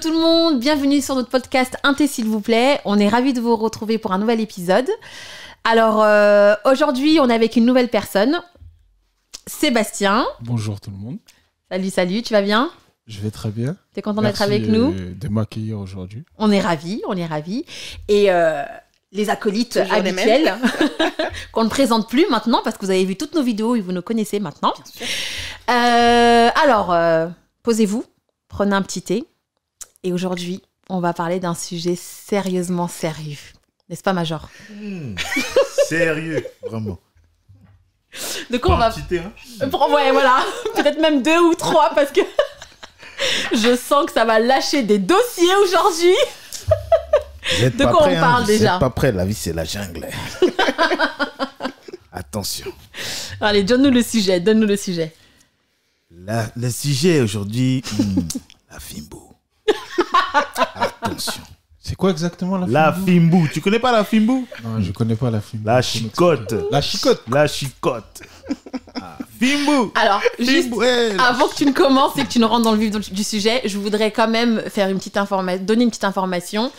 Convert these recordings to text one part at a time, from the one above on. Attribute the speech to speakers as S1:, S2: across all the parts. S1: tout le monde, bienvenue sur notre podcast Un thé s'il vous plaît. On est ravis de vous retrouver pour un nouvel épisode. Alors euh, aujourd'hui, on est avec une nouvelle personne, Sébastien.
S2: Bonjour tout le monde,
S1: Salut, salut, tu vas bien
S2: je vais très bien.
S1: T'es content d'être
S2: Merci,
S1: avec
S2: euh,
S1: nous
S2: De m'accueillir aujourd'hui.
S1: On est ravis, on est ravis. Et euh, les acolytes
S3: Toujours les
S1: habituels qu'on ne présente plus maintenant parce que vous avez vu toutes nos vidéos et vous nous connaissez maintenant. Euh, alors, euh, posez-vous, prenez un petit thé. Et aujourd'hui, on va parler d'un sujet sérieusement sérieux. N'est-ce pas, Major
S4: Hmm. Sérieux, vraiment.
S1: De quoi on
S4: Pas un
S1: va...
S4: petit thé, hein
S1: Bon, Ouais, voilà. Peut-être même deux ou trois parce que je sens que ça va lâcher des dossiers aujourd'hui.
S4: Vous êtes
S1: De
S4: pas
S1: quoi on
S4: prêts, hein,
S1: parle
S4: vous êtes
S1: déjà
S4: pas prêt, la vie c'est la jungle. Attention.
S1: Allez, donne-nous le sujet, donne-nous le sujet.
S4: La- le sujet aujourd'hui, hmm, la Fimbo. Attention.
S2: C'est quoi exactement la,
S4: La
S2: Fimbo
S4: Fimbo, tu connais pas la Fimbo
S2: Non, je connais pas la film.
S4: La chicote.
S2: La chicote.
S4: La chicote. Ah, Fimbo.
S1: Alors, juste
S4: Fimbo, eh, la-
S1: Avant que tu ne commences et que tu ne rentres dans le vif du- du sujet, je voudrais quand même faire une petite information, donner une petite information.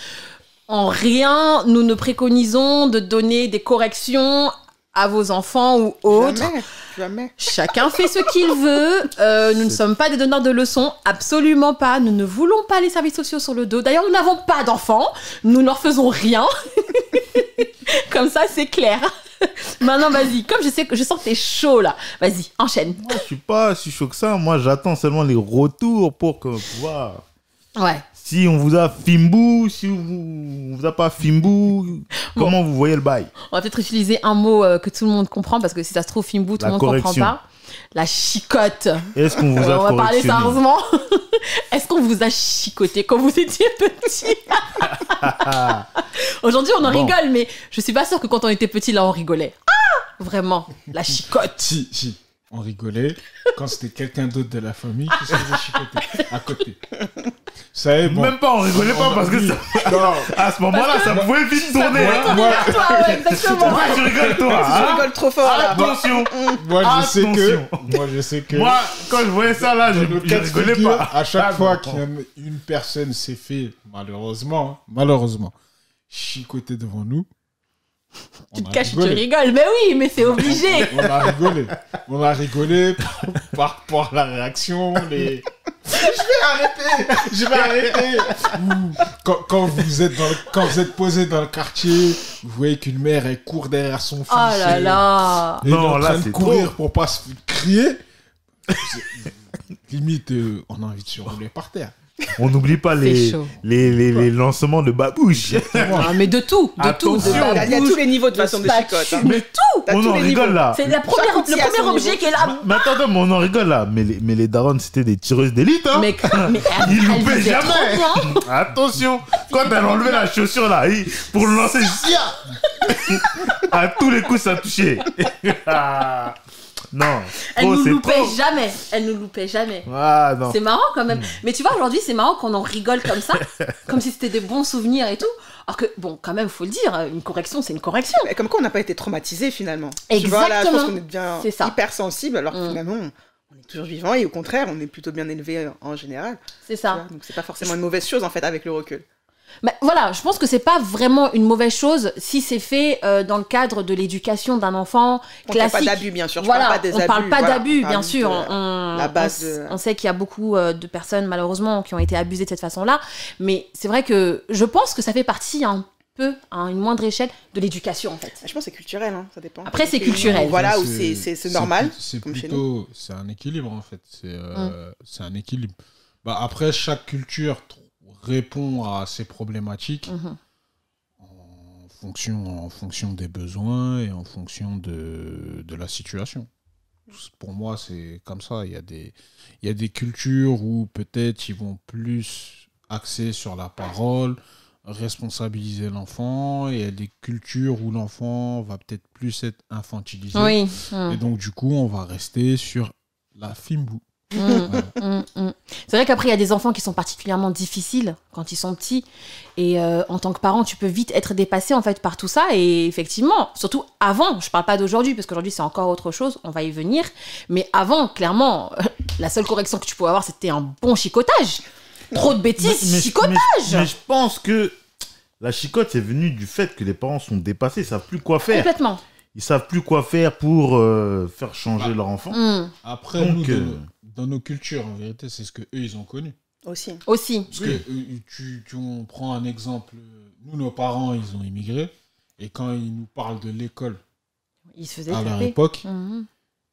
S1: En rien, nous ne préconisons de donner des corrections à vos enfants ou autres.
S3: Jamais, jamais.
S1: Chacun fait ce qu'il veut. Euh, nous ne
S4: C'est-
S1: sommes pas des donneurs de leçons, absolument pas. Nous ne voulons pas les services sociaux sur le dos. D'ailleurs, nous n'avons pas d'enfants. Nous ne leur faisons rien. Comme ça, c'est clair. Maintenant, vas-y. Comme je sais que je sens que t'es chaud là, vas-y, enchaîne.
S4: Moi, je suis pas si chaud que ça. Moi, j'attends seulement les retours pour que pouvoir.
S1: Ouais.
S4: Si on vous a Fimbou, si vous, on vous a pas Fimbou, comment vous voyez le bail
S1: On va peut-être utiliser un mot euh, que tout le monde comprend parce que si ça se trouve Fimbo, tout
S4: La
S1: le monde comprend
S4: correction.
S1: pas. La chicote.
S4: Est-ce qu'on vous
S1: Euh,
S4: a
S1: on va parler
S4: correctionné
S1: sérieusement. Est-ce qu'on vous a chicoté quand vous étiez petit Aujourd'hui, on en
S4: Bon.
S1: rigole, mais je suis pas sûre que quand on était petit, là, on rigolait. Ah Vraiment, la chicote.
S2: Si, si. On rigolait quand c'était quelqu'un d'autre de la famille qui se faisait chicoter à côté. Ça est bon.
S4: Même pas, on rigolait pas
S2: On-
S4: parce que
S2: oui.
S4: ça-
S2: Non.
S4: à ce moment-là, ça pouvait vite tourner. hein.
S1: On est
S2: moi-
S1: là, toi, ouais, exactement.
S4: Pourquoi tu rigoles toi
S2: Ah.
S3: Je
S4: hein
S3: rigole trop fort là.
S4: Attention
S2: Moi, je sais
S4: Attention.
S2: que. Moi, je sais que.
S4: Moi, quand je voyais ça là, je,
S2: Dans nos
S4: je
S2: cas de
S4: rigolais
S2: figure,
S4: pas.
S2: À chaque
S4: Ah,
S2: fois
S4: bon.
S2: qu'une une personne s'est fait, malheureusement, hein, malheureusement, chicoter devant nous.
S1: Tu
S2: on
S1: te
S2: a
S1: caches et tu
S2: rigolé.
S1: rigoles. Mais oui, mais c'est obligé.
S2: On a rigolé. On a rigolé par- par rapport à la réaction. Les... Je vais arrêter. Je vais arrêter. Ou Quand, quand vous êtes dans le- quand vous êtes posé dans le quartier, vous voyez qu'une mère elle court derrière son fils.
S1: Oh là
S2: et-
S1: là.
S2: et il est
S4: Non,
S2: en
S4: là,
S2: train de
S4: c'est
S2: courir
S4: trop.
S2: pour pas se crier. C'est- Limite, euh, on a envie de se rouler par terre.
S4: On n'oublie pas les,
S1: chaud.
S4: les, les, les lancements de babouche.
S1: Ah, mais de tout, de tout.
S4: Attention.
S1: De
S2: Ah,
S3: Il y a- il y a tous les niveaux de
S2: bah,
S3: façon de
S1: spatule,
S3: chicote. hein.
S1: Mais tout.
S3: T'as
S2: Oh
S4: on
S3: tous
S4: en
S3: les
S4: rigole
S3: niveaux.
S4: là.
S1: C'est la première,
S3: Chaque outil
S1: le
S3: à
S1: premier
S3: son
S1: objet
S3: niveau.
S1: qui est là.
S4: Mais attends, attends, mais on en rigole là. Mais les, mais les darons, c'était des tireuses d'élite. Hein
S1: Mais, mais elle,
S4: Il
S1: elle
S4: loupait
S1: faisait
S4: jamais.
S1: trop bien.
S4: Attention, quand elle enlevait la chaussure là, il- pour le lancer, à tous les coups ça touchait. Ah, non,
S1: Elle
S4: trop,
S1: nous
S4: Oh, c'est
S1: loupait
S4: trop.
S1: jamais. Elle nous loupait jamais.
S4: Ah non.
S1: C'est marrant quand même. Mais tu vois, aujourd'hui, c'est marrant qu'on en rigole comme ça, comme si c'était des bons souvenirs et tout. Alors que, bon, quand même, faut le dire, hein, une correction, c'est une correction.
S3: Mais Comme quoi, on n'a pas été traumatisé finalement. Tu vois, là, je
S1: Exactement.
S3: pense qu'on devient
S1: C'est ça.
S3: hyper sensible, alors que
S1: Mm.
S3: finalement, on- on est toujours vivant et au contraire, on est plutôt bien élevé euh, en général. tu
S1: C'est
S3: vois.
S1: ça.
S3: Donc, c'est pas forcément une mauvaise chose en fait avec le recul.
S1: Mais voilà, je pense que c'est pas vraiment une mauvaise chose si c'est fait euh, dans le cadre de l'éducation d'un enfant
S3: On parle pas
S1: classique.
S3: d'abus, bien sûr. Je
S1: voilà,
S3: parle pas des
S1: on ne parle
S3: abus,
S1: pas
S3: voilà. euh,
S1: d'abus,
S3: On parle
S1: bien
S3: de-
S1: sûr. on,
S3: la base
S1: on s-
S3: de-
S1: on sait qu'il y a beaucoup euh, de personnes, malheureusement, qui ont été abusées de cette façon-là. Mais c'est vrai que je pense que ça fait partie un peu, à une moindre échelle, de l'éducation, en fait.
S3: Je pense que c'est culturel, hein, ça dépend.
S1: Après, c'est
S3: Parce que,
S1: culturel.
S2: Enfin,
S3: Voilà, où c'est- c'est c'est normal.
S2: plus- C'est
S3: comme chez
S2: plutôt, c'est un équilibre en fait. C'est euh,
S1: Hum.
S2: c'est un équilibre. Bah, après, chaque culture tr- répond à ses problématiques
S1: Mhm.
S2: en, fonction, en fonction des besoins et en fonction de, de la situation. Pour moi, c'est comme ça. Il y, a des, il y a des cultures où peut-être ils vont plus axer sur la parole, responsabiliser l'enfant. Et il y a des cultures où l'enfant va peut-être plus être infantilisé.
S1: Oui.
S2: Et donc, du coup, on va rester sur la Fimbu.
S1: Mm, mm, mm. C'est vrai qu'après, il y a des enfants qui sont particulièrement difficiles quand ils sont petits. Et euh, en tant que parent, tu peux vite être dépassé en fait par tout ça. Et effectivement, surtout avant, je parle pas d'aujourd'hui, parce qu'aujourd'hui c'est encore autre chose, on va y venir. Mais avant, clairement, la seule correction que tu pouvais avoir, c'était un bon chicotage. Trop de bêtises,
S4: je-
S1: chicotage
S4: mais- mais je pense que la chicote, c'est venu du fait que les parents sont dépassés, ils savent plus quoi faire.
S1: Complètement.
S4: Ils savent plus quoi faire pour euh, faire changer
S2: Bah.
S4: leur enfant.
S1: Hmm,
S2: Après,
S4: Donc,
S2: nous, dans,
S4: euh,
S2: nos- dans nos cultures, en vérité, c'est ce que eux ils ont connu.
S3: Aussi.
S1: Aussi.
S2: Parce
S4: Oui.
S2: que euh, tu, tu- on prend un exemple. euh, Nous, nos parents, ils ont immigré. Et quand ils nous parlent de l'école
S1: Ils se
S4: Ah
S1: faisaient
S2: à leur
S1: taper.
S2: époque,
S1: Mhm.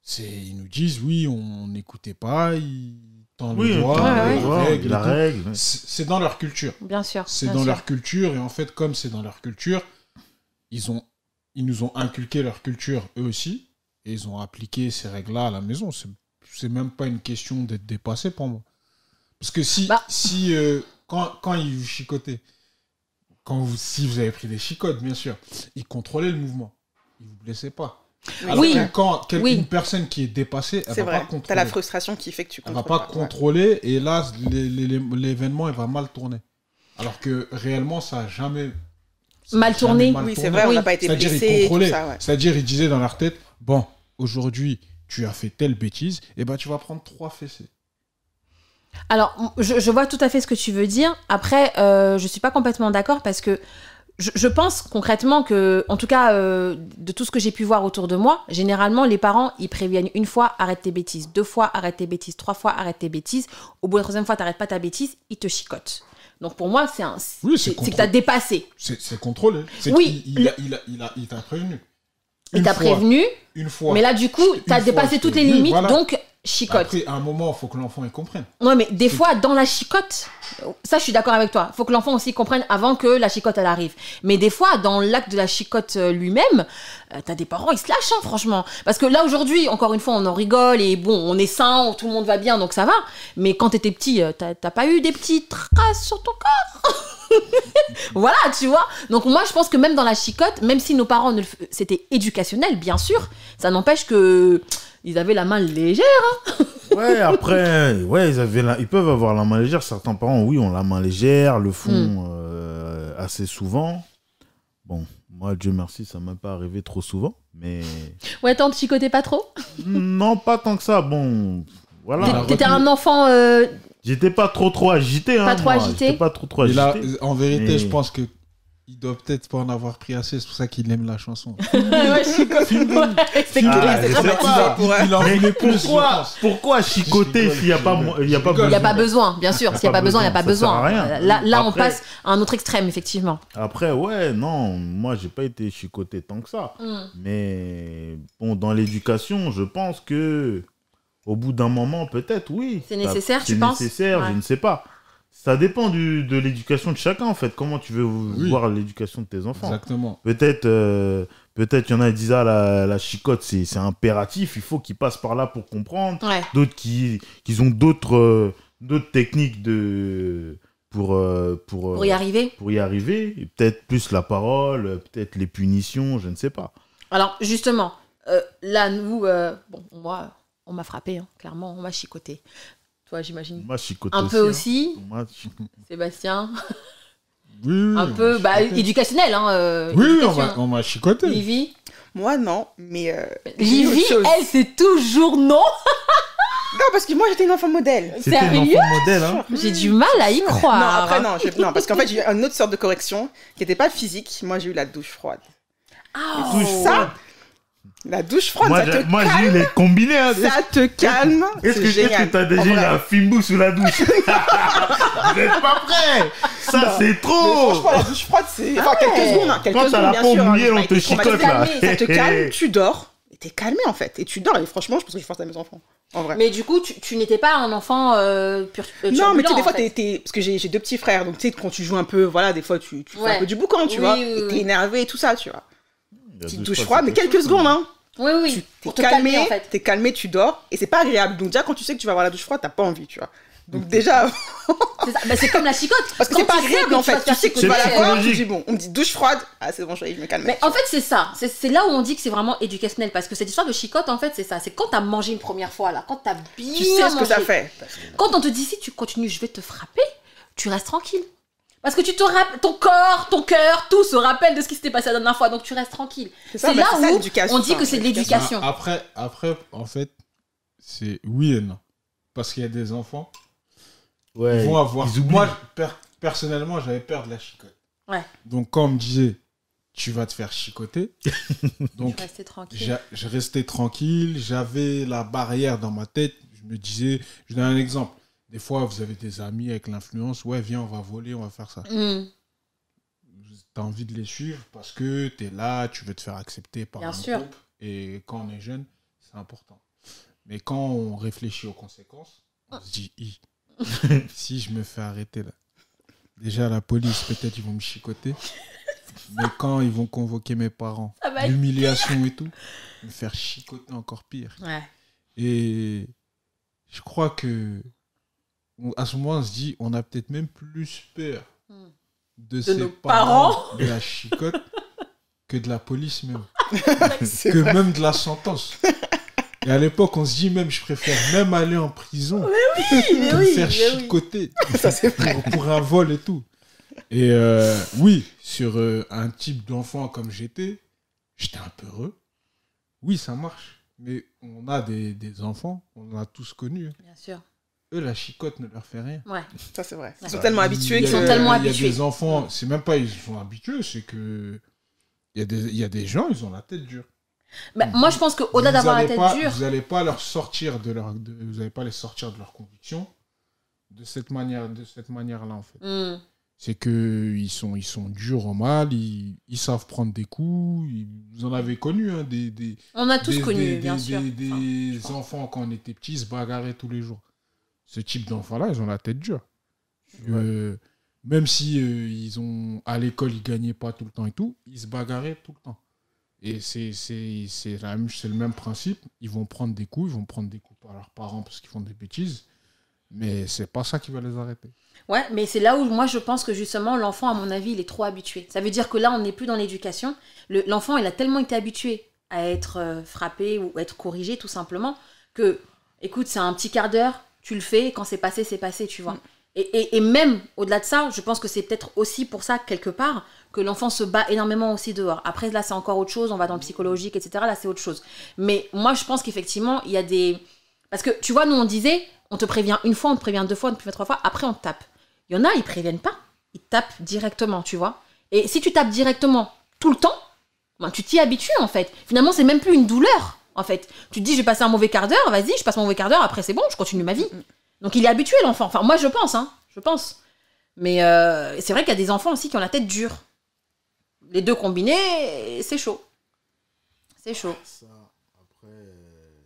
S2: c'est ils nous disent oui, on n'écoutait pas, ils tant
S4: Oui,
S2: le droit,
S4: attends,
S1: ouais,
S2: les
S4: on voit,
S2: règles et
S4: la
S2: tout.
S4: règle.
S2: C'est c'est dans leur culture.
S1: Bien sûr.
S2: C'est
S1: bien
S2: dans
S1: sûr.
S2: leur culture et en fait, comme c'est dans leur culture, ils ont ils nous ont inculqué leur culture eux aussi et ils ont appliqué ces règles-là à la maison. C'est- C'est même pas une question d'être dépassé pour moi. Parce que si
S1: Bah.
S2: si euh, quand quand ils vous chicotaient, quand vous si vous avez pris des chicotes bien sûr, ils contrôlaient le mouvement, ils vous blessaient pas. Alors
S1: Oui.
S2: que quand quel-
S1: Oui.
S2: une personne qui est dépassée, elle
S3: C'est
S2: va
S3: vrai.
S2: pas
S3: T'as
S2: contrôler.
S3: la frustration qui fait que tu
S2: elle va
S3: contrôles.
S2: pas contrôler et là les- les- les- l'événement il va mal tourner. Alors que réellement ça a jamais ça a
S1: Mal
S2: jamais
S1: tourné.
S3: Ouais.
S2: mal
S3: Oui, c'est
S2: tourné.
S3: vrai, on n'a
S1: Oui.
S3: pas été
S2: C'est-à-dire ils
S3: blessé.
S2: contrôlaient.
S3: ça, ouais.
S2: C'est-à-dire ils disaient dans leur tête bon aujourd'hui tu as fait telle bêtise et ben tu vas prendre trois fessées.
S1: Alors, m- je, je vois tout à fait ce que tu veux dire. Après, euh, je suis pas complètement d'accord parce que je, je pense concrètement que, en tout cas, euh, de tout ce que j'ai pu voir autour de moi, généralement, les parents, ils préviennent une fois, arrête tes bêtises, deux fois, arrête tes bêtises, trois fois, arrête tes bêtises. Au bout de la troisième fois, t'arrêtes pas ta bêtise, ils te chicotent. Donc pour moi, c'est un,
S2: Oui,
S1: c'est
S2: c'est
S1: c'est que
S2: contre-
S1: t'as dépassé.
S2: C'est c'est contrôlé. C'est
S1: Oui,
S2: qu'il- il a- il a- il a- il t'a prévenu.
S1: Il
S2: Une
S1: t'a
S2: fois,
S1: prévenu,
S2: Une fois.
S1: mais là du coup,
S2: Une
S1: t'as
S2: fois,
S1: dépassé
S2: je
S1: toutes
S2: te
S1: les
S2: dis,
S1: limites,
S2: voilà.
S1: donc chicote.
S2: Après, à un moment, il faut que l'enfant il comprenne.
S1: Ouais, mais des
S2: C'est-
S1: fois, dans la chicote, ça, je suis d'accord avec toi. Faut que l'enfant aussi comprenne avant que la chicote, elle arrive. Mais des fois, dans l'acte de la chicote euh, lui-même, euh, t'as des parents, ils se lâchent, hein, franchement. Parce que là, aujourd'hui, encore une fois, on en rigole et bon, on est sain, tout le monde va bien, donc ça va. Mais quand t'étais petit, euh, t'as t'as pas eu des petites traces sur ton corps. voilà, tu vois. Donc moi, je pense que même dans la chicote, même si nos parents, ne le f- c'était éducationnel, bien sûr, ça n'empêche que ils avaient la main légère.
S4: Ouais, après, ouais, ils, avaient la- ils peuvent avoir la main légère. Certains parents, oui, ont la main légère, le font
S1: Mm.
S4: euh, assez souvent. Bon, moi, Dieu merci, ça m'est pas arrivé trop souvent. Mais
S1: Ouais, tant chicotais pas trop.
S4: non, pas tant que ça. Bon,
S1: T'é-
S4: voilà.
S2: Alors,
S1: T'étais
S2: retenez-
S1: un enfant. euh,
S4: J'étais pas trop trop agité. hein,
S1: Pas trop
S4: moi.
S1: agité
S4: J'étais pas trop trop
S2: Et
S4: agité.
S2: là, en vérité,
S4: Mais-
S2: je pense que il doit peut-être pas en avoir pris assez. C'est pour ça qu'il aime la chanson.
S1: ouais, je suis comme- Ouais, c'est
S4: Ah,
S1: clair, c'est
S4: je
S1: très
S4: sais
S1: bête.
S4: pas.
S3: pour un-
S2: il en
S4: Mais
S2: voulait plus. je
S4: pourquoi,
S2: pense.
S4: pourquoi chicoter
S2: rigole,
S4: s'il n'y a
S2: je
S4: pas,
S2: rigole,
S4: mo- il y a
S2: je
S4: pas
S2: rigole.
S1: Il n'y a
S4: besoin
S1: pas besoin, bien sûr.
S4: Il y a
S1: S'il n'y a
S4: pas
S1: pas besoin, il n'y a pas
S4: besoin, ça
S1: besoin.
S4: sert à rien.
S1: Là, là, on
S4: Après-
S1: passe à un autre extrême, effectivement.
S4: Après, ouais, non, moi, j'ai pas été chicoté tant que ça.
S1: Mm,
S4: Mais bon, dans l'éducation, je pense que au bout d'un moment, peut-être, oui.
S1: C'est
S4: T'as-
S1: nécessaire, tu
S4: c'est
S1: penses
S4: nécessaire,
S1: Ouais.
S4: je ne sais pas. Ça dépend du, de l'éducation de chacun, en fait. Comment tu veux
S2: Oui.
S4: voir l'éducation de tes enfants
S2: Exactement.
S4: Peut-être, euh, peut-être, il y en a qui disent ah, la, la chicote, c'est, c'est impératif. Il faut qu'ils passent par là pour comprendre.
S1: Ouais.
S4: D'autres qui, qui ont d'autres, euh, d'autres techniques de pour euh, pour,
S1: Pour y
S4: euh,
S1: arriver.
S4: pour y arriver. Et peut-être plus la parole, euh, peut-être les punitions, je ne sais pas.
S1: Alors, justement, euh, là, nous, euh, bon, moi, on m'a frappé, hein, clairement, on m'a chicoté. Toi,
S3: Mm.
S1: j'imagine.
S4: Moi, chicote
S1: Un
S4: aussi,
S1: peu
S4: hein. Hmm.
S1: aussi,
S4: Moi, chicote.
S1: Sébastien.
S2: Oui, oui,
S1: Un
S2: on
S1: peu,
S2: m'a
S1: bah,
S2: chicoté.
S1: éducationnel, hein. euh,
S2: Oui, oui, on
S1: éducation.
S2: m'a- on m'a chicoté.
S1: Livy.
S3: Moi, non, mais. euh, j'ai eu autre
S1: Livy,
S3: chose.
S1: elle, c'est toujours non.
S3: Non, parce que moi, j'étais une enfant modèle.
S4: C'était un
S1: Sérieux
S4: enfant modèle, hein.
S1: J'ai du mal à y croire.
S3: Non, après, non, je- non, parce qu'en fait, j'ai eu une autre sorte de correction qui n'était pas physique. Moi, j'ai eu la douche froide.
S1: Ah,
S4: Touche
S1: oh.
S4: ça.
S3: La douche froide,
S4: Moi,
S3: ça
S4: j'ai-
S3: te
S4: moi,
S3: calme.
S4: j'ai eu les combinés. hein.
S3: Ça te calme.
S4: Est-ce
S3: c'est
S4: que est-ce
S3: génial.
S4: que t'as déjà
S3: En
S4: eu
S3: vrai.
S4: un fimbou sous la douche Vous n'êtes pas prêts Ça,
S3: Non.
S4: c'est
S3: Mais
S4: trop
S3: franchement, la douche froide, c'est. Enfin, quelques secondes, hein, quelques
S4: Oh Quand t'as
S3: secondes,
S4: la
S3: bien
S4: peau
S3: sûr. hein,
S4: mouillée,
S3: j'ai
S4: on
S3: pas
S4: te
S3: été traumatisée.
S4: chicote, là.
S3: Ça te calme, tu dors, et t'es calmé en fait. Et tu dors, et franchement, je pense que je force à mes enfants. En vrai.
S1: Mais du coup, tu, tu n'étais pas un enfant euh, pur. euh,
S3: non, mais
S1: turbulent,
S3: tu sais, des
S1: en
S3: fois,
S1: fait.
S3: t'es, t'es- Parce que j'ai, j'ai deux petits frères, donc tu sais, quand tu joues un peu, voilà, des fois, tu, tu fais
S1: Ouais.
S3: un peu du boucan, tu
S1: Oui,
S3: vois.
S1: oui,
S3: et
S1: oui.
S3: t'es énervé et tout ça, tu vois. Petite douche froide, mais
S4: quelque
S3: quelques secondes, hein.
S1: Oui, oui.
S3: Tu-
S1: pour te
S3: t'es
S1: calmer,
S3: calmé,
S1: en fait.
S3: t'es calmé, tu dors, et c'est pas agréable. Donc, déjà, quand tu sais que tu vas avoir la douche froide, t'as pas envie, tu vois. Donc, déjà,
S1: C'est ça. Bah, c'est comme la chicote.
S3: parce que
S1: Quand
S3: c'est pas
S1: tu sais que
S3: agréable en
S1: tu vas te
S3: fait. Tu
S1: faire
S3: sais que tu
S1: chicoter,
S3: vas
S4: C'est
S3: la voir, tu
S4: psychologique.
S3: dis bon, on me dit douche froide, ah c'est bon, je vais je me calme.
S1: Mais en fait, c'est ça. C'est- C'est là où on dit que c'est vraiment éducationnel. Parce que cette histoire de chicote, en fait, c'est ça. C'est quand t'as mangé une première fois, là. Quand t'as bien.
S3: tu sais ce que ça
S1: mangé.
S3: fait.
S1: Quand on te dit si tu continues, je vais te frapper, tu restes tranquille. Parce que tu te rappelles, ton corps, ton cœur, tout se rappelle de ce qui s'était passé la dernière fois, donc tu restes tranquille. C'est
S3: ça, bah,
S1: là
S3: c'est ça,
S1: où
S3: l'éducation,
S1: on dit que
S3: hein,
S1: c'est de l'éducation.
S3: l'éducation.
S2: Bah, après, après, en fait, c'est oui et non. Parce qu'il y a des enfants
S4: Ouais,
S2: ils vont avoir.
S4: Euh, ils oublient.
S2: Moi, je- per- personnellement, j'avais peur de la chicote.
S1: Ouais.
S2: Donc, quand on me disait, tu vas te faire chicoter, donc
S1: Restez tranquille.
S2: j'a- je restais tranquille, j'avais la barrière dans ma tête. Je me disais, je donne un exemple. Des fois, vous avez des amis avec l'influence, ouais, viens, on va voler, on va faire ça.
S1: Mm.
S2: T'as envie de les suivre parce que t'es là, tu veux te faire accepter par
S1: Bien
S2: un
S1: sûr.
S2: groupe. Et quand on est jeune, c'est important. Mais quand on réfléchit aux conséquences, on se dit Hi. si je me fais arrêter là. Déjà la police, peut-être ils vont me chicoter. Mais quand ils vont convoquer mes parents,
S1: Ça va être-
S2: l'humiliation et tout, me faire chicoter encore pire.
S1: Ouais.
S2: Et je crois que on- à ce moment, on se dit, on a peut-être même plus peur
S1: Mm.
S2: de, ses
S3: nos
S2: parents, de la chicote, que de la police même,
S3: C'est
S2: que
S3: vrai.
S2: même de la sentence. Et à l'époque, on se dit même, je préfère même aller en prison que
S1: Mais
S2: me
S1: oui,
S2: faire
S1: mais oui.
S2: chicoter
S3: Ça, c'est vrai.
S2: pour, pour un vol et tout. Et euh, oui, sur euh, un type d'enfant comme j'étais, j'étais un peu heureux. Oui, ça marche. Mais on a des, des enfants, on en a tous connus.
S1: Bien sûr.
S2: Eux, la chicote ne leur fait rien.
S1: Ouais.
S3: Ça, c'est vrai. Ils
S1: Ouais.
S3: sont tellement habitués
S2: Il y a-
S1: sont
S3: que.
S1: tellement
S2: Il y a
S1: habitués.
S2: des enfants, c'est même pas ils sont habitués, c'est que. Il y, a des, il y a des gens, ils ont la tête dure.
S1: Bah,
S3: Mmh.
S2: Mm.
S1: Moi, je pense qu'au-delà
S2: Vous
S1: d'avoir la
S2: allez
S1: tête
S2: pas-
S1: dure,
S2: Vous n'allez pas leur sortir de leur. de- vous allez pas les sortir de leur conviction de cette manière-là, manière en fait.
S1: Mm.
S2: c'est que ils sont, ils sont durs au mal, ils, ils savent prendre des coups. ils- vous en avez connu, hein, des, des,
S1: on a tous
S2: des-
S1: connu,
S2: des-
S1: bien
S2: des-
S1: sûr.
S2: des- des
S1: Enfin, je pense.
S2: enfants quand on était petits se bagarraient tous les jours. Ce type d'enfants-là, ils ont la tête dure. Euh, même si euh, ils ont à l'école, ils gagnaient pas tout le temps et tout, ils se bagarraient tout le temps. Et c'est c'est- c'est la même- c'est le même principe. Ils vont prendre des coups, ils vont prendre des coups par leurs parents parce qu'ils font des bêtises. Mais c'est pas ça qui va les arrêter.
S1: Ouais, mais c'est là où moi je pense que justement l'enfant, à mon avis, il est trop habitué. Ça veut dire que là, on n'est plus dans l'éducation. Le- L'enfant, il a tellement été habitué à être euh, frappé ou à être corrigé, tout simplement, que, écoute, c'est un petit quart d'heure, tu le fais, et quand c'est passé, c'est passé, tu vois. Et, et- et même au-delà de ça, je pense que c'est peut-être aussi pour ça, quelque part, que l'enfant se bat énormément aussi dehors. Après, là, c'est encore autre chose, on va dans le psychologique, etc. Là, c'est autre chose. Mais moi, je pense qu'effectivement, il y a des... Parce que, tu vois, nous, on disait, on te prévient une fois, on te prévient deux fois, on te prévient trois fois, après, on te tape. Il y en a, ils préviennent pas. Ils tapent directement, tu vois. Et si tu tapes directement tout le temps, ben, tu t'y habitues en fait. Finalement, c'est même plus une douleur en fait. Tu te dis, j'ai passé un mauvais quart d'heure, vas-y, je passe mon mauvais quart d'heure, après c'est bon, je continue ma vie. Donc il est habitué l'enfant. Enfin, moi je pense, hein, je pense. Mais euh, c'est vrai qu'il y a des enfants aussi qui ont la tête dure. Les deux combinés, c'est chaud. C'est chaud.
S4: Ça, après, euh,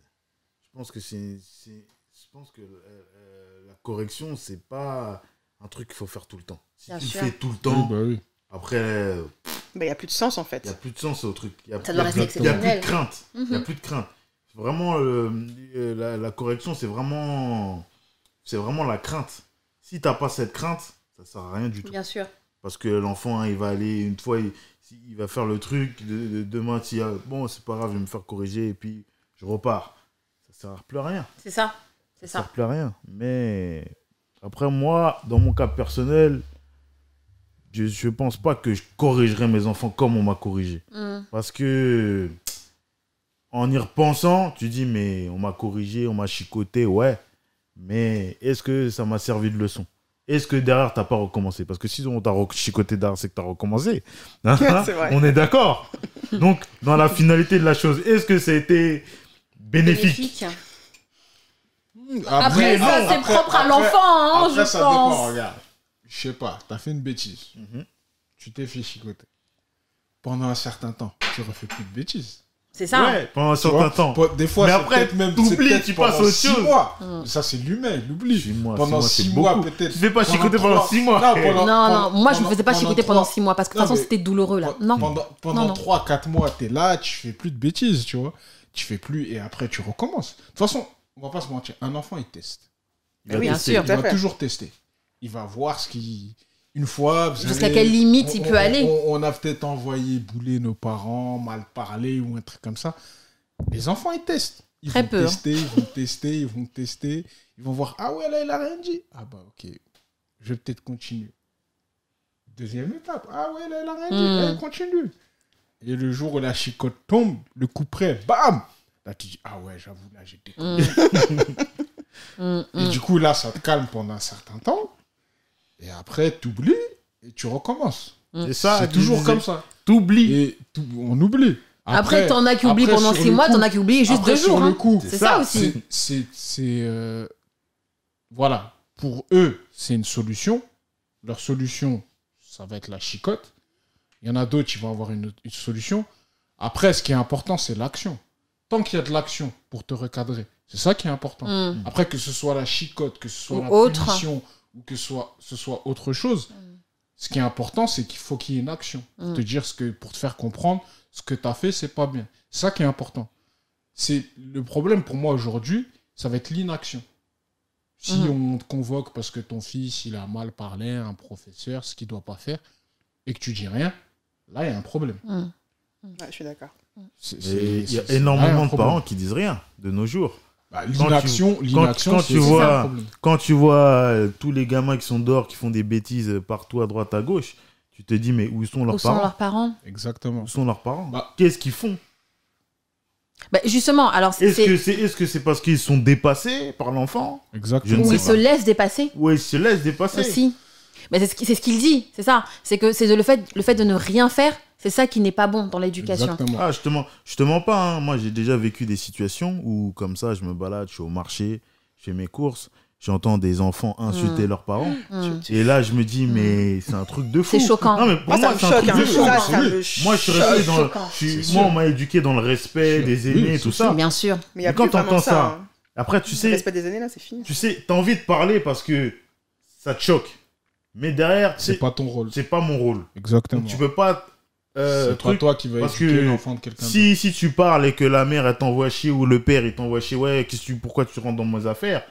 S4: je pense que c'est. c'est- Je pense que euh, euh, la correction, c'est pas un truc qu'il faut faire tout le temps. Si
S1: Bien
S4: tu le
S1: sûr.
S4: fais tout le temps,
S2: Oui, bah oui.
S4: après, il
S3: Bah, il n'y a plus de sens, en fait.
S4: n'y a plus de sens au truc. Il n'y a,
S1: Ça
S4: y
S1: doit
S4: a
S1: rester
S4: plus- y a plus
S1: exceptionnel.
S4: de crainte. Il n'y a
S1: Mhm.
S4: plus de crainte. Vraiment, euh, euh, la, la correction, c'est vraiment. C'est vraiment la crainte. Si t'as pas cette crainte, ça sert à rien du tout.
S1: Bien sûr.
S4: Parce que l'enfant, hein, il va aller une fois, il, si- il va faire le truc. de- de- demain, s'il y a- bon, c'est pas grave, je vais me faire corriger et puis je repars. Ça sert plus à rien.
S1: C'est ça. C'est
S4: Ça
S1: ça.
S4: sert plus à rien. Mais après, moi, dans mon cas personnel, je, je pense pas que je corrigerai mes enfants comme on m'a corrigé.
S1: Mm.
S4: Parce que en y repensant, tu dis, mais on m'a corrigé, on m'a chicoté, ouais. Mais est-ce que ça m'a servi de leçon Est-ce que derrière, t'as pas recommencé Parce que si on t'a re- chicoté derrière, c'est que t'as recommencé. Hein
S3: C'est vrai.
S4: On est d'accord. Donc, dans la finalité de la chose, est-ce que ça a été bénéfique.
S1: Bénéfique. Après,
S4: non,
S1: ça, c'est
S2: après-
S1: propre à
S2: après-
S1: l'enfant, hein,
S2: Après,
S1: je
S2: ça
S1: pense.
S2: dépend, regarde. Je sais pas, t'as fait une bêtise.
S4: Mhm.
S2: Tu t'es fait chicoter. Pendant un certain temps, tu refais plus de bêtises.
S1: C'est ça.
S4: Ouais, pendant un
S2: Tu
S4: certain
S2: vois,
S4: temps.
S2: po- Des fois,
S4: Mais
S2: c'est
S4: après,
S2: peut-être même.
S4: t'oublies,
S2: c'est peut-être
S4: tu passes
S2: pendant
S4: autre
S2: six
S4: chose.
S2: mois.
S1: Mm.
S2: Ça, c'est l'humain, il oublie.
S4: Six mois,
S2: pendant
S4: six mois,
S2: six
S4: c'est
S2: mois,
S4: beaucoup.
S2: peut-être.
S4: Tu fais pas chicoter pendant
S2: trois-
S4: six mois.
S2: Non, pendant-
S1: Non, non, moi je
S2: pendant-
S1: me faisais pas chicoter pendant
S2: trois-
S1: 6 mois parce que de
S2: Non,
S1: toute façon
S2: mais-
S1: c'était douloureux là. Non.
S2: Pendant,
S1: Non,
S2: pendant
S1: non.
S2: 3-4 mois, t'es là, tu fais plus de bêtises, tu vois. Tu fais plus et après, tu recommences. De toute façon, on va pas se mentir, un enfant, il teste.
S4: Il va
S3: Oui,
S1: bien
S4: tester.
S1: sûr.
S2: Il
S3: Tout à
S2: va
S3: fait.
S2: toujours tester. Il va voir ce qui. Une fois. vous
S1: Jusqu'à
S2: allez-
S1: quelle limite il peut aller.
S2: On, on a peut-être envoyé bouler nos parents, mal parler ou un truc comme ça. Les enfants, ils testent. Ils
S1: Très
S2: vont
S1: peu, hein.
S2: tester, ils vont tester, ils vont tester. Ils vont voir Ah ouais, là, il a rien dit. Ah bah, ok. Je vais peut-être continuer. Deuxième étape. Ah ouais, là, il a rien dit.
S1: Hmm.
S2: Allez, continue. Et le jour où la chicote tombe, le coup près, bam Là, tu dis Ah ouais, j'avoue, là, j'ai déconné.
S1: Mm. Mm,
S2: Et
S1: mm.
S2: du coup, là, ça te calme pendant un certain temps. Et après, tu oublies et tu recommences.
S4: C'est ça,
S2: c'est
S4: tu
S2: toujours
S4: disais.
S2: comme ça.
S4: T'oublies.
S2: Et tout- on oublie.
S1: Après, t'en as qui oublient
S2: après,
S1: pendant
S2: sur
S1: six
S2: le
S1: mois,
S2: coup-
S1: t'en as qui oublient juste
S2: après,
S1: deux jours.
S2: Sur le
S1: hein.
S2: coup,
S1: C'est
S4: ça,
S1: ça aussi.
S2: c'est. c'est- c'est, euh, voilà. Pour eux, c'est une solution. Leur solution, ça va être la chicotte. Il y en a d'autres qui vont avoir une, autre- une solution. Après, ce qui est important, c'est l'action. Tant qu'il y a de l'action pour te recadrer, c'est ça qui est important.
S1: Mm.
S2: Après, que ce soit la chicote, que ce soit
S1: Ou
S2: la
S1: autre.
S2: punition, ou que ce soit, ce soit autre chose, ce qui est important, c'est qu'il faut qu'il y ait une action. Pour
S1: Mm.
S2: te dire ce que, pour te faire comprendre, ce que tu as fait, c'est pas bien. C'est ça qui est important. C'est le problème pour moi aujourd'hui, ça va être l'inaction. Si
S1: Mm.
S2: on te convoque parce que ton fils, il a mal parlé à un professeur, ce qu'il doit pas faire, et que tu dis rien, là, il y a un problème.
S1: Mm.
S3: Ouais, je suis d'accord.
S2: C'est- c'est-
S4: Et Il y
S2: c'est- là,
S4: a
S2: il y a un
S4: énormément de
S2: problème.
S4: parents qui disent rien de nos jours.
S2: Bah, l'inaction, l'inaction,
S4: quand
S2: c'est
S4: tu
S2: c'est
S4: vois-
S2: ça le problème.
S4: Quand tu vois euh, tous les gamins qui sont dehors, qui font des bêtises euh, partout à droite, à gauche, tu te dis mais où sont leurs
S1: Où sont
S4: parents
S1: leurs parents
S2: Exactement.
S4: Où sont leurs parents
S2: Bah.
S4: Qu'est-ce qu'ils font
S1: Bah, Justement, alors c'est
S4: Est-ce que
S1: c'est
S4: c'est est -ce parce qu'ils sont dépassés par l'enfant
S2: Exactement.
S4: Je
S1: où
S4: ne
S1: ils
S4: sais
S1: se
S4: pas.
S1: laissent dépasser.
S4: ou ils se laissent dépasser
S1: aussi. Mais c'est ce qui- c'est ce qu'il dit, c'est ça. C'est que c'est de- le fait, le fait de ne rien faire, c'est ça qui n'est pas bon dans l'éducation.
S2: Exactement.
S4: Ah, je te mens, je te mens pas. hein. Moi, j'ai déjà vécu des situations où, comme ça, je me balade, je suis au marché, je fais mes courses, j'entends des enfants insulter leurs parents.
S1: Hmm.
S4: Et là, je me dis, mais c'est un truc de fou.
S1: C'est choquant.
S4: Non, mais pour
S3: Moi, ça
S4: moi,
S3: me
S4: c'est un
S3: choque.
S4: truc
S3: hein.
S4: de fou.
S3: Ça, ça
S2: Oui.
S3: me
S4: Moi, je suis resté
S3: choque.
S4: dans le-
S3: Choquant.
S4: je suis-
S2: C'est sûr.
S4: moi, on m'a éduqué dans le respect
S2: Sûr.
S4: des aînés,
S2: Oui,
S4: tout
S2: c'est
S4: ça.
S1: Bien sûr.
S3: Mais il y a
S4: Mais quand
S3: plus
S4: t'entends
S3: vraiment
S4: ça,
S3: ça. hein.
S4: Après, tu
S3: Le
S4: sais,
S3: respect des années, là, c'est fini.
S4: tu sais, t'as envie de parler parce que ça te choque. Mais derrière,
S2: C'est
S4: c'est
S2: pas ton rôle.
S4: c'est pas mon rôle.
S2: Exactement.
S4: Donc, tu peux pas. euh,
S2: c'est pas
S4: truc-
S2: toi qui vas
S4: parce
S2: éduquer
S4: que
S2: l'enfant de quelqu'un. d'autre.
S4: Si, si tu parles et que la mère elle t'envoie chier ou le père il t'envoie chier, ouais, qu'est-ce que tu, pourquoi tu rentres dans mes affaires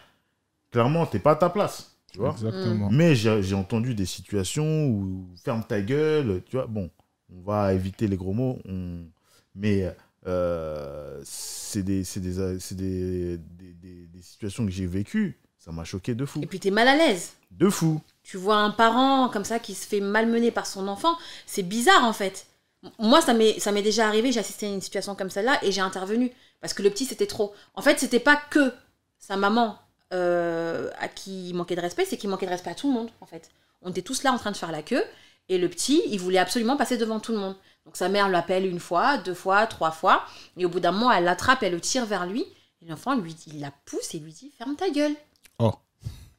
S4: Clairement, t'es pas à ta place. Tu vois Mm.
S2: Exactement.
S4: Mais j'ai j'ai entendu des situations où ferme ta gueule, tu vois. Bon, on va éviter les gros mots, on- mais euh, c'est des, c'est des, c'est des, des- des- des situations que j'ai vécues. Ça m'a choqué de fou.
S1: Et puis t'es mal à l'aise.
S4: De fou.
S1: Tu vois un parent comme ça qui se fait malmener par son enfant, c'est bizarre en fait. M- Moi, ça m'est ça m'est déjà arrivé, j'ai assisté à une situation comme celle-là et j'ai intervenu parce que le petit c'était trop. En fait, c'était pas que sa maman euh, à qui il manquait de respect, c'est qu'il manquait de respect à tout le monde en fait. On était tous là en train de faire la queue et le petit, il voulait absolument passer devant tout le monde. Donc sa mère l'appelle une fois, deux fois, trois fois et au bout d'un moment, elle l'attrape, elle le tire vers lui et l'enfant lui il la pousse et lui dit "Ferme ta gueule."
S2: Oh.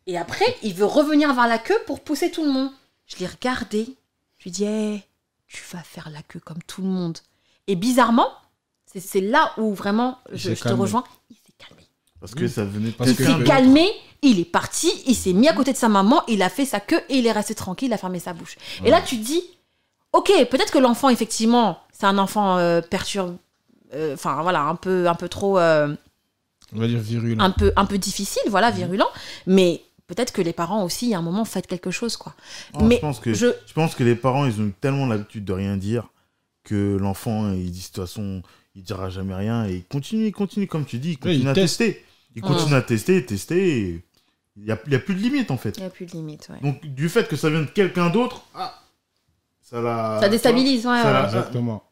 S1: Et après, il veut revenir vers la queue pour pousser tout le monde. Je l'ai regardé. Je lui dis, Eh, tu vas faire la queue comme tout le monde. Et bizarrement, c'est- c'est là où vraiment
S2: Il
S1: je,
S2: s'est
S1: je te
S2: calmé.
S1: rejoins. Il s'est calmé.
S4: Parce que ça venait de
S2: Parce que-
S1: Il
S4: quelqu'un
S1: s'est
S4: de-
S1: calmé, il est parti, il s'est mis à côté de sa maman, il a fait sa queue et il est resté tranquille, il a fermé sa bouche. Et là, tu te dis, ok, peut-être que l'enfant, effectivement, c'est un enfant euh, perturbe, euh, enfin voilà, un peu, un peu trop. euh,
S2: On va dire virulent.
S4: Ah,
S1: un peu, un peu difficile, voilà, virulent, mais peut-être que les parents aussi, à un moment, faites quelque chose, quoi.
S4: Ah,
S1: Mais
S4: je, pense que, je...
S1: Je...
S4: pense que les parents, ils ont tellement l'habitude de rien dire que l'enfant, hein, il dit de toute façon, il dira jamais rien et il continue, il continue, comme tu dis, il continue
S2: il
S4: à
S2: teste.
S4: tester. Il
S1: Ouais.
S4: continue à tester, tester. et Il n'y a, il y a plus de limite en fait.
S1: Il n'y a plus de limite, ouais.
S4: Donc, du fait que ça vient de quelqu'un d'autre, ah, ça la.
S1: ça déstabilise, ouais.
S4: euh, ça
S1: ouais.
S4: l'a-
S2: Exactement.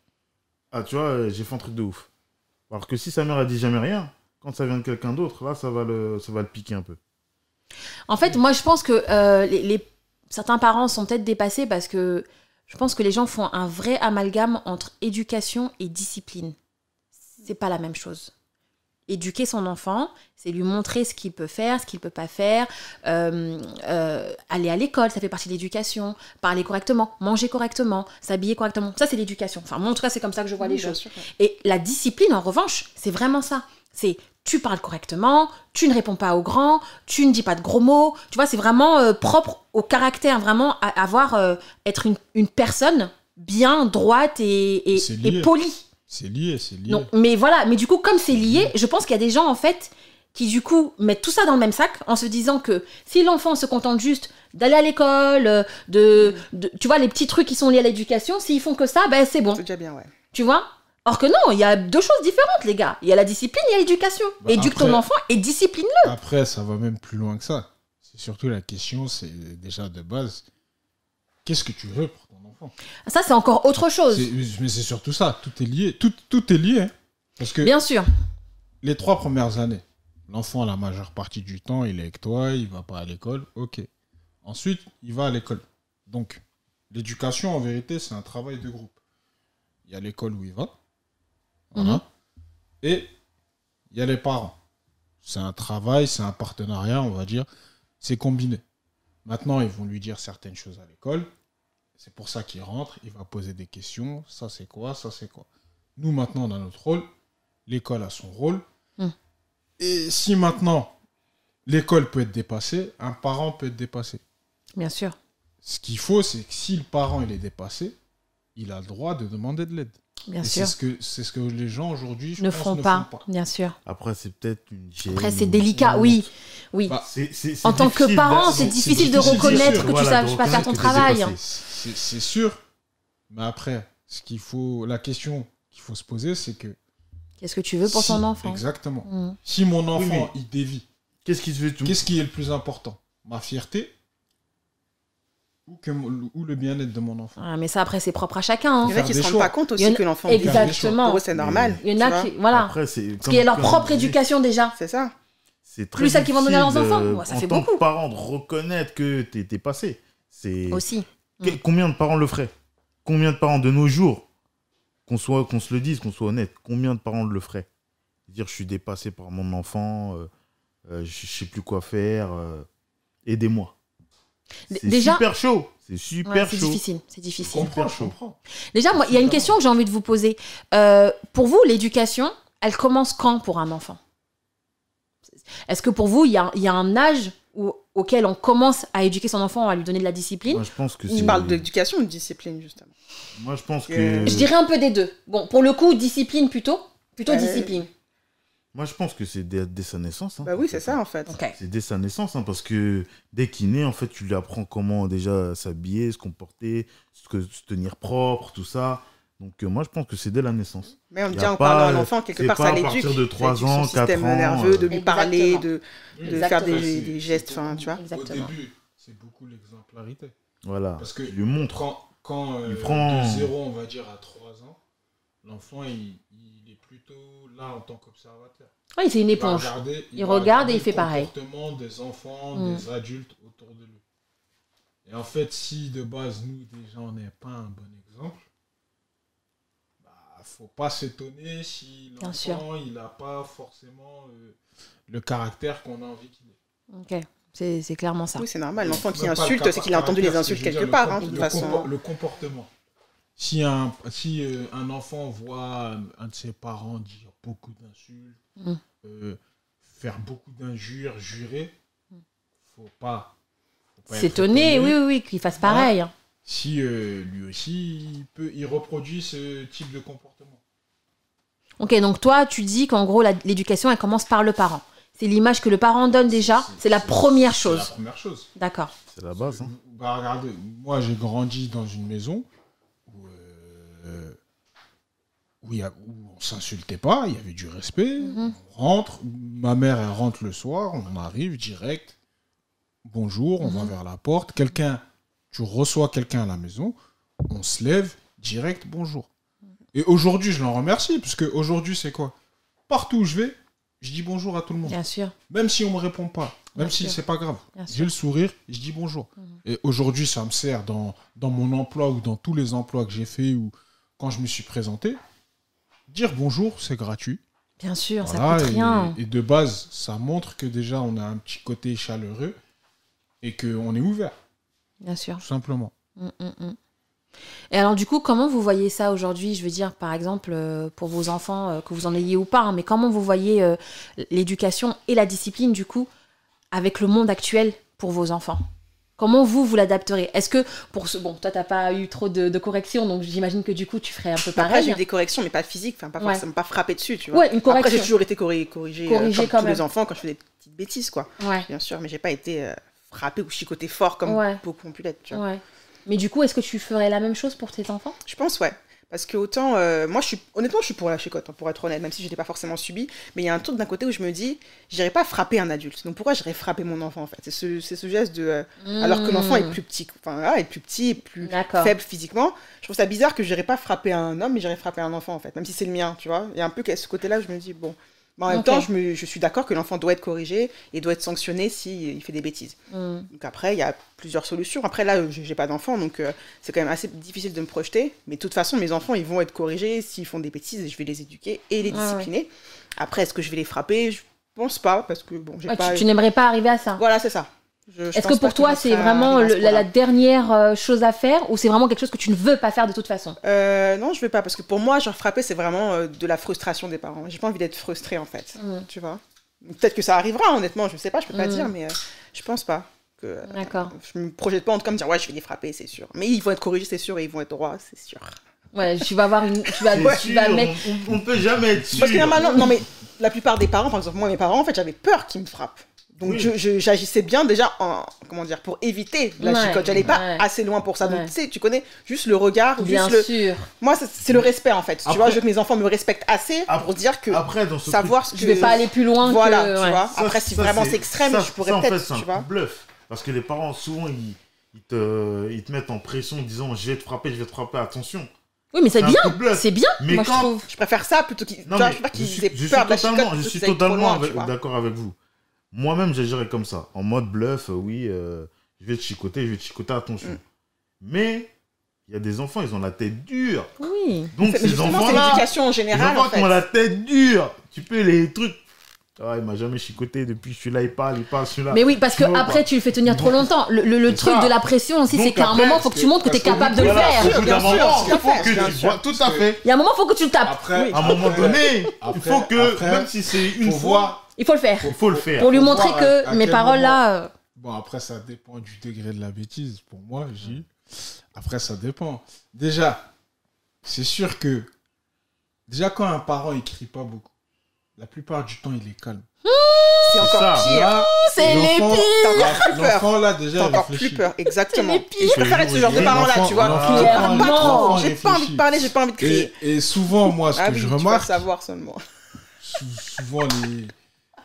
S4: Ah, tu vois, euh, j'ai fait un truc de ouf. Alors que si sa mère a dit jamais rien, quand ça vient de quelqu'un d'autre, là, ça va, le, ça va le piquer un peu.
S1: En fait, moi, je pense que euh, les, les- certains parents sont peut-être dépassés parce que je pense que les gens font un vrai amalgame entre éducation et discipline. C'est pas la même chose. Éduquer son enfant, c'est lui montrer ce qu'il peut faire, ce qu'il peut pas faire. Euh, euh, aller à l'école, ça fait partie de l'éducation. Parler correctement, manger correctement, s'habiller correctement, ça c'est l'éducation. Enfin, moi en tout cas, c'est comme ça que je vois les choses. Et la discipline, en revanche, c'est vraiment ça. C'est tu parles correctement, tu ne réponds pas aux grands, tu ne dis pas de gros mots. Tu vois, c'est vraiment euh, propre au caractère, vraiment à avoir, euh, être une, une personne bien droite et, et-
S2: C'est
S1: et
S2: lié.
S1: polie.
S2: C'est lié, c'est lié.
S1: Non, mais voilà, mais du coup, comme c'est lié, je pense qu'il y a des gens en fait qui du coup mettent tout ça dans le même sac en se disant que si l'enfant se contente juste d'aller à l'école, euh, de, de- tu vois, les petits trucs qui sont liés à l'éducation, s'ils font que ça, ben c'est bon,
S3: C'est déjà bien, ouais.
S1: tu vois. Or que non, il y a deux choses différentes, les gars. Il y a la discipline, il y a l'éducation.
S2: Bah,
S1: Éduque
S2: après-
S1: ton enfant et discipline.
S2: Après, ça va même plus loin que ça. C'est surtout la question, c'est déjà de base, qu'est-ce que tu veux pour ton enfant
S1: Ça, c'est encore autre chose.
S2: C'est- Mais c'est surtout ça, tout est lié. Tout, tout est lié. hein. Parce que
S1: Bien sûr.
S2: les trois premières années, L'enfant, la majeure partie du temps, il est avec toi, il va pas à l'école, ok. Ensuite, il va à l'école. Donc, l'éducation, en vérité, c'est un travail de groupe. Il y a l'école où il va, voilà.
S1: Mhm.
S2: et il y a les parents. C'est un travail, c'est un partenariat, on va dire. C'est combiné. Maintenant, ils vont lui dire certaines choses à l'école. C'est pour ça qu'il rentre, il va poser des questions. Ça, c'est quoi Ça, c'est quoi Nous, maintenant, on a notre rôle. L'école a son rôle.
S1: Mm.
S2: Et si maintenant, l'école peut être dépassée, un parent peut être dépassé.
S1: Bien sûr.
S2: Ce qu'il faut, c'est que si le parent il est dépassé, il a le droit de demander de l'aide.
S1: Bien
S2: Et c'est
S1: sûr.
S2: ce que c'est ce que les gens aujourd'hui je
S1: Ne
S2: pense,
S1: feront
S2: ne
S1: pas.
S2: font pas.
S1: Bien sûr.
S4: Après, c'est peut-être une gêne
S1: Après, c'est
S4: ou-
S1: délicat, oui. Oui.
S2: Bah,
S4: C'est- c'est- c'est
S1: en tant que
S4: difficile
S1: parent,
S4: d'a-
S1: c'est
S2: c'est
S1: difficile de
S2: difficile, bien
S1: reconnaître
S2: sûr,
S1: que tu ne
S4: voilà,
S1: saches
S4: de
S1: pas faire
S4: reconnaître
S1: ton
S4: que t'es
S1: travail.
S4: dépassé.
S2: C'est c'est sûr. Mais après, ce qu'il faut, la question qu'il faut se poser, c'est que
S1: Qu'est-ce que tu veux pour
S2: si-
S1: ton enfant
S2: Exactement.
S1: Mm.
S2: Si mon enfant
S4: mais-
S2: il dévie,
S4: Qu'est-ce qui se fait tout
S2: qu'est-ce qui est le plus important Ma fierté ou que mon- ou le bien-être de mon enfant
S1: Ah, mais ça, après, c'est propre à chacun. hein.
S3: Il y en a
S2: Faire
S3: qui
S2: des
S3: se rendent
S2: choix.
S3: pas compte
S1: Il y en
S3: aussi
S1: a-
S3: que l'enfant
S2: Exact.
S3: vient.
S1: Exactement.
S3: Pour eux, c'est normal.
S1: Il y en
S3: tu
S1: a
S3: vois.
S1: qui. Voilà.
S4: Après, c'est
S1: Parce qu'il y a leur propre éducation déjà.
S3: C'est ça.
S4: C'est très
S1: Plus celles qui vont donner à leurs
S4: difficile,
S1: enfants.
S4: euh,
S1: Ouais, ça
S4: en
S1: fait
S4: tant
S1: beaucoup.
S4: que parent de reconnaître que t'es t'es passé. C'est
S1: Aussi.
S4: Que- combien de parents le feraient Combien de parents de nos jours qu'on soit qu'on se le dise, qu'on soit honnête, combien de parents le feraient Dire je suis dépassé par mon enfant, euh, euh, je je sais plus quoi faire, euh, aidez-moi.
S1: D-
S4: C'est
S1: déjà-
S4: super chaud, c'est
S1: Ouais,
S4: super
S1: c'est
S4: chaud.
S1: difficile. C'est
S2: Je
S1: difficile.
S2: comprends,
S4: Super
S2: je
S4: chaud.
S2: comprends.
S1: Déjà, moi, il y a une question que j'ai envie de vous poser. Euh, pour vous, l'éducation, elle commence quand pour un enfant Est-ce que pour vous, il y a, il y a un âge où- auquel on commence à éduquer son enfant, à lui donner de la discipline
S4: Moi je pense que
S3: Tu
S4: c'est- Hein.
S3: parles d'éducation ou de discipline, justement
S4: Moi je pense que
S3: Euh,
S1: Je dirais un peu des deux. Bon, pour le coup, discipline plutôt. Plutôt
S3: Euh,
S1: discipline.
S4: moi je pense que c'est dès, dès sa naissance. hein,
S3: Bah oui, c'est ça, en fait.
S1: Ok.
S4: C'est dès sa naissance, hein, parce que dès qu'il naît, en fait, tu lui apprends comment déjà s'habiller, se comporter, se, que- se tenir propre, tout ça. Donc euh, moi, je pense que c'est dès la naissance.
S3: Mais on
S4: Y
S3: dit
S4: a
S3: en
S4: pas-
S3: parlant à l'enfant, quelque
S4: c'est
S3: part,
S4: pas
S3: ça
S4: à
S3: l'éduque.
S4: partir de
S3: Ça éduque
S4: trois
S3: son
S4: ans,
S3: système
S4: quatre ans,
S3: nerveux, de
S4: euh,
S3: lui parler,
S1: Exactement.
S3: de, de
S1: Exactement.
S3: faire des,
S2: C'est-
S3: des
S2: c'est
S3: gestes,
S2: beaucoup-
S3: enfin, tu vois.
S1: Exactement.
S2: Au début, c'est beaucoup l'exemplarité.
S4: Voilà.
S2: Parce que
S4: tu lui montres.
S2: quand, quand euh,
S4: Ah. Il prend-
S2: de 0, on va dire, à 3 ans, l'enfant, il, il est plutôt là en tant qu'observateur.
S1: Oui, c'est une
S2: Il va
S1: éponge.
S2: regarder-
S1: Il
S2: va
S1: regarde et
S2: regarder
S1: il fait
S2: le
S1: pareil.
S2: comportement des enfants,
S1: Mm.
S2: des adultes autour de lui. Et en fait, si de base, nous, déjà, on n'est pas un bon exemple, bah, faut pas s'étonner si
S1: Bien
S2: l'enfant, il n'a pas forcément euh, le caractère qu'on a envie qu'il ait.
S1: Ok. C'est c'est clairement ça.
S3: Oui, c'est normal. L'enfant qui
S2: Même pas le
S3: insulte,
S2: cas
S3: c'est
S2: par
S3: qu'il a entendu les
S2: caractère, c'est,
S3: insultes
S2: je veux dire,
S3: quelque part,
S2: le
S3: hein, de
S2: com-
S3: toute
S2: le compo-
S3: façon.
S2: Le comportement. Si un, si euh, un enfant voit euh, un de ses parents dire beaucoup d'insultes,
S1: Mm.
S2: euh, faire beaucoup d'injures, jurer, faut pas. faut pas être
S1: S'étonner, oui, oui,
S2: étonné
S1: oui, qu'il fasse pareil. hein.
S2: Si euh, lui aussi, il, peut, il reproduit ce type de comportement.
S1: hein. Ok, donc toi, tu dis qu'en gros, la- l'éducation, elle commence par le parent. C'est l'image que le parent donne déjà. C'est la première
S2: c'est
S1: chose.
S2: la première chose.
S1: D'accord.
S4: C'est la base. hein.
S2: Bah, regardez, moi j'ai grandi dans une maison où, euh, où, il y a- où on s'insultait pas, il y avait du respect.
S1: Mhm.
S2: On rentre, ma mère elle rentre le soir, on arrive direct. Bonjour, on va
S1: Mhm.
S2: vers la porte. Quelqu'un, tu reçois quelqu'un à la maison, on se lève direct, bonjour. Et aujourd'hui, je l'en remercie, puisque aujourd'hui, c'est quoi Partout où je vais, je dis bonjour à tout le monde.
S1: Bien sûr.
S2: Même si on me répond pas,
S1: Bien
S2: même si
S1: sûr.
S2: c'est pas grave.
S1: Bien sûr. Mhm.
S2: J'ai le sourire, je dis bonjour. Et aujourd'hui, ça me sert dans, dans mon emploi ou dans tous les emplois que j'ai fait ou quand je me suis présenté. Dire bonjour, c'est gratuit.
S1: Bien sûr,
S2: Voilà,
S1: ça coûte
S2: et-
S1: rien.
S2: Et, de base, ça montre que déjà, on a un petit côté chaleureux et qu'on est ouvert,
S1: Bien sûr.
S2: tout simplement.
S1: Mm, mm, mm. Et alors, du coup, comment vous voyez ça aujourd'hui Je veux dire, par exemple, euh, pour vos enfants, euh, que vous en ayez ou pas, hein, mais comment vous voyez euh, l'éducation et la discipline, du coup, avec le monde actuel pour vos enfants Comment vous, vous l'adapterez Est-ce que, pour ce... bon, toi, t'as pas eu trop de, de corrections, donc j'imagine que du coup, tu ferais un peu
S3: Après,
S1: pareil. hein.
S3: j'ai eu des corrections, mais pas physiques, enfin, pas
S1: Ouais.
S3: forcément pas frappé dessus, tu vois.
S1: Ouais, une
S3: Après,
S1: correction.
S3: j'ai toujours été corri- corrigée, euh,
S1: Corrigée
S3: comme
S1: quand
S3: tous
S1: même.
S3: les enfants, quand je fais des petites bêtises, quoi.
S1: Ouais,
S3: Bien sûr, mais j'ai pas été euh, frappée ou chicotée fort comme
S1: Ouais.
S3: beaucoup ont pu l'être, tu vois.
S1: ouais. Mais du coup, est-ce que tu ferais la même chose pour tes enfants
S3: Je pense, ouais. Parce que autant, euh, moi, je suis, honnêtement, je suis pour la chicote, hein, pour être honnête, même si je l'ai pas forcément subi. Mais il y a un truc d'un côté où je me dis, j'irai pas frapper un adulte. Donc pourquoi j'irai frapper mon enfant, en fait C'est ce, c'est ce geste de. euh, Alors que l'enfant est plus petit, enfin, voilà, est plus petit, et plus
S1: Hmm. D'accord.
S3: faible physiquement. Je trouve ça bizarre que j'irai pas frapper un homme, mais j'irai frapper un enfant, en fait, même si c'est le mien, tu vois. Il y a un peu qu'à ce côté-là où je me dis, bon, Mais en même
S1: Ok.
S3: temps, je, me- je suis d'accord que l'enfant doit être corrigé et doit être sanctionné s'il fait des bêtises.
S1: Mm.
S3: Donc après, il y a plusieurs solutions. Après, là, je- j'ai pas d'enfant, donc euh, c'est quand même assez difficile de me projeter. Mais de toute façon, mes enfants, ils vont être corrigés s'ils font des bêtises. Je vais les éduquer et les
S1: Ouais, ouais.
S3: discipliner. Après, est-ce que je vais les frapper Je pense pas, parce que bon, j'ai
S1: Ouais, Ah, tu-
S3: pas.
S1: tu n'aimerais pas arriver à ça.
S3: Voilà, c'est ça. Je- je
S1: Est-ce
S3: pense
S1: que
S3: pas
S1: pour toi,
S3: j'en
S1: c'est
S3: serais
S1: vraiment euh,
S3: arrivée à ce
S1: le- la, la
S3: point-là.
S1: dernière euh, chose à faire ou c'est vraiment quelque chose que tu ne veux pas faire de toute façon
S3: Euh, non, je vais pas, parce que pour moi, genre frapper, c'est vraiment euh, de la frustration des parents. J'ai pas envie d'être frustrée, en fait.
S1: Mm.
S3: Tu vois Peut-être que ça arrivera, honnêtement, je sais pas, je peux pas
S1: Mm.
S3: dire, mais euh, je pense pas. Que, euh,
S1: D'accord.
S3: je me projette pas en tout cas me dire, ouais, je vais les frapper, c'est sûr. Mais ils vont être corrigés, c'est sûr, et ils vont être droits, c'est sûr.
S1: Ouais, tu vas avoir une. Tu vas,
S4: C'est
S1: tu
S4: sûr,
S1: vas mettre.
S4: Bah, on, on- on peut jamais être sûr.
S3: bah, Parce que normalement, non, mais la plupart des parents, par exemple, moi, mes parents, en fait, j'avais peur qu'ils me frappent. Donc,
S4: Oui.
S3: je- je- j'agissais bien déjà en, comment dire, pour éviter la
S1: Ouais,
S3: chicote. J'allais pas
S1: ouais.
S3: assez loin pour ça. Donc,
S1: Ouais.
S3: tu sais, tu connais juste le regard,
S1: Bien
S3: juste le.
S1: sûr.
S3: Moi, c'est- c'est le respect en fait. tu
S4: Après-
S3: vois, je veux que mes enfants me respectent assez
S4: Après-
S3: pour dire que
S4: Après, dans ce truc-
S3: savoir ce
S1: Je
S3: que-
S1: vais pas aller plus loin.
S3: Voilà,
S1: que-
S3: tu
S1: ouais.
S3: vois.
S4: ça,
S3: Après, si
S4: ça,
S3: vraiment
S4: c'est-
S3: c'est extrême,
S4: ça,
S3: je pourrais
S4: ça, en fait,
S3: peut-être,
S4: c'est
S3: tu
S4: un
S3: vois.
S4: bluff. Parce que les parents, souvent, ils, ils te, ils te mettent en pression en disant je vais te frapper, je vais te frapper, attention.
S1: Oui, mais c'est
S4: C'est un
S1: bien.
S4: coup de bluff.
S1: C'est bien,
S4: Mais
S1: moi je
S4: quand-
S1: trouve.
S3: Je préfère ça plutôt qu'ils. Tu
S4: Non,
S3: vois,
S4: mais
S3: je préfère
S4: je
S3: qu'ils
S4: suis,
S3: aient
S4: je suis
S3: peur de la
S4: totalement,
S3: chicotte,
S4: je
S3: que
S4: suis
S3: ça aille trop
S4: totalement
S3: loin,
S4: avec-
S3: tu vois.
S4: d'accord avec vous. Moi-même, j'ai géré comme ça, en mode bluff, euh, oui, euh, je vais te chicoter, je vais te chicoter, attention.
S3: Mm.
S4: Mais il y a des enfants, ils ont la tête dure.
S1: Oui.
S4: Donc
S3: C'est- mais
S4: ces
S3: Justement, c'est
S4: enfants-là,
S3: l'éducation en
S4: les
S3: général.
S4: enfants
S3: En
S4: qui ont
S3: fait.
S4: la tête dure, tu peux les trucs. Ah, il m'a jamais chicoté depuis je suis là, il parle, il parle, je suis là.
S1: Mais oui, parce que
S4: Tu vois ou
S1: après,
S4: pas
S1: tu le fais tenir trop longtemps. Le, le- le
S4: C'est
S1: truc
S4: ça.
S1: de la pression aussi,
S4: Donc
S1: c'est qu'à un
S4: après,
S1: moment, faut que
S2: parce
S1: tu montres que tu es
S2: parce que
S1: capable de le
S4: Voilà,
S1: faire.
S4: au bout
S3: bien
S4: d'un
S3: sûr,
S4: moment,
S3: bien
S4: il faut
S3: sûr, bien
S4: que tu
S3: sûr.
S4: vois, tout à fait.
S1: Il y a un moment, faut que tu le tapes.
S2: Après,
S3: Oui.
S4: À un moment
S2: après,
S4: donné, il
S2: après-
S4: faut que,
S2: après,
S4: même si c'est une
S2: faut
S4: fois,
S2: voir.
S1: Il faut le faire.
S4: il faut le faire.
S1: Pour lui
S2: faut
S1: montrer
S2: voir à-
S1: que
S2: à
S1: mes
S2: quel
S1: paroles
S2: moment.
S1: là. euh,
S2: Bon, après, ça dépend du degré de la bêtise. Pour moi, j'ai. Après, ça dépend. Déjà, c'est sûr que. Déjà, quand un parent, il crie pas beaucoup, la plupart du temps, il est calme.
S3: C'est
S4: C'est
S3: encore
S4: ça.
S3: pire.
S2: Là,
S1: C'est les
S2: l'enfant-
S1: pires.
S3: T'as encore plus peur.
S2: L'enfant, là,
S3: T'as
S2: déjà, il
S3: encore plus
S2: réfléchit.
S3: peur, exactement.
S1: C'est
S3: Et
S1: les
S3: je préfère être ce genre de
S2: Et
S3: parents-là,
S2: l'enfant-
S3: tu vois.
S2: l'enfant-
S1: Clairement.
S3: Pas trop.
S2: l'enfant
S3: J'ai pas envie
S2: réfléchit.
S3: de parler, j'ai pas envie
S2: Et,
S3: de crier.
S2: et souvent, moi, ce
S3: Ah
S2: que
S3: oui,
S2: je
S3: tu peux
S2: remarque,
S3: savoir seulement.
S2: sou- souvent, les...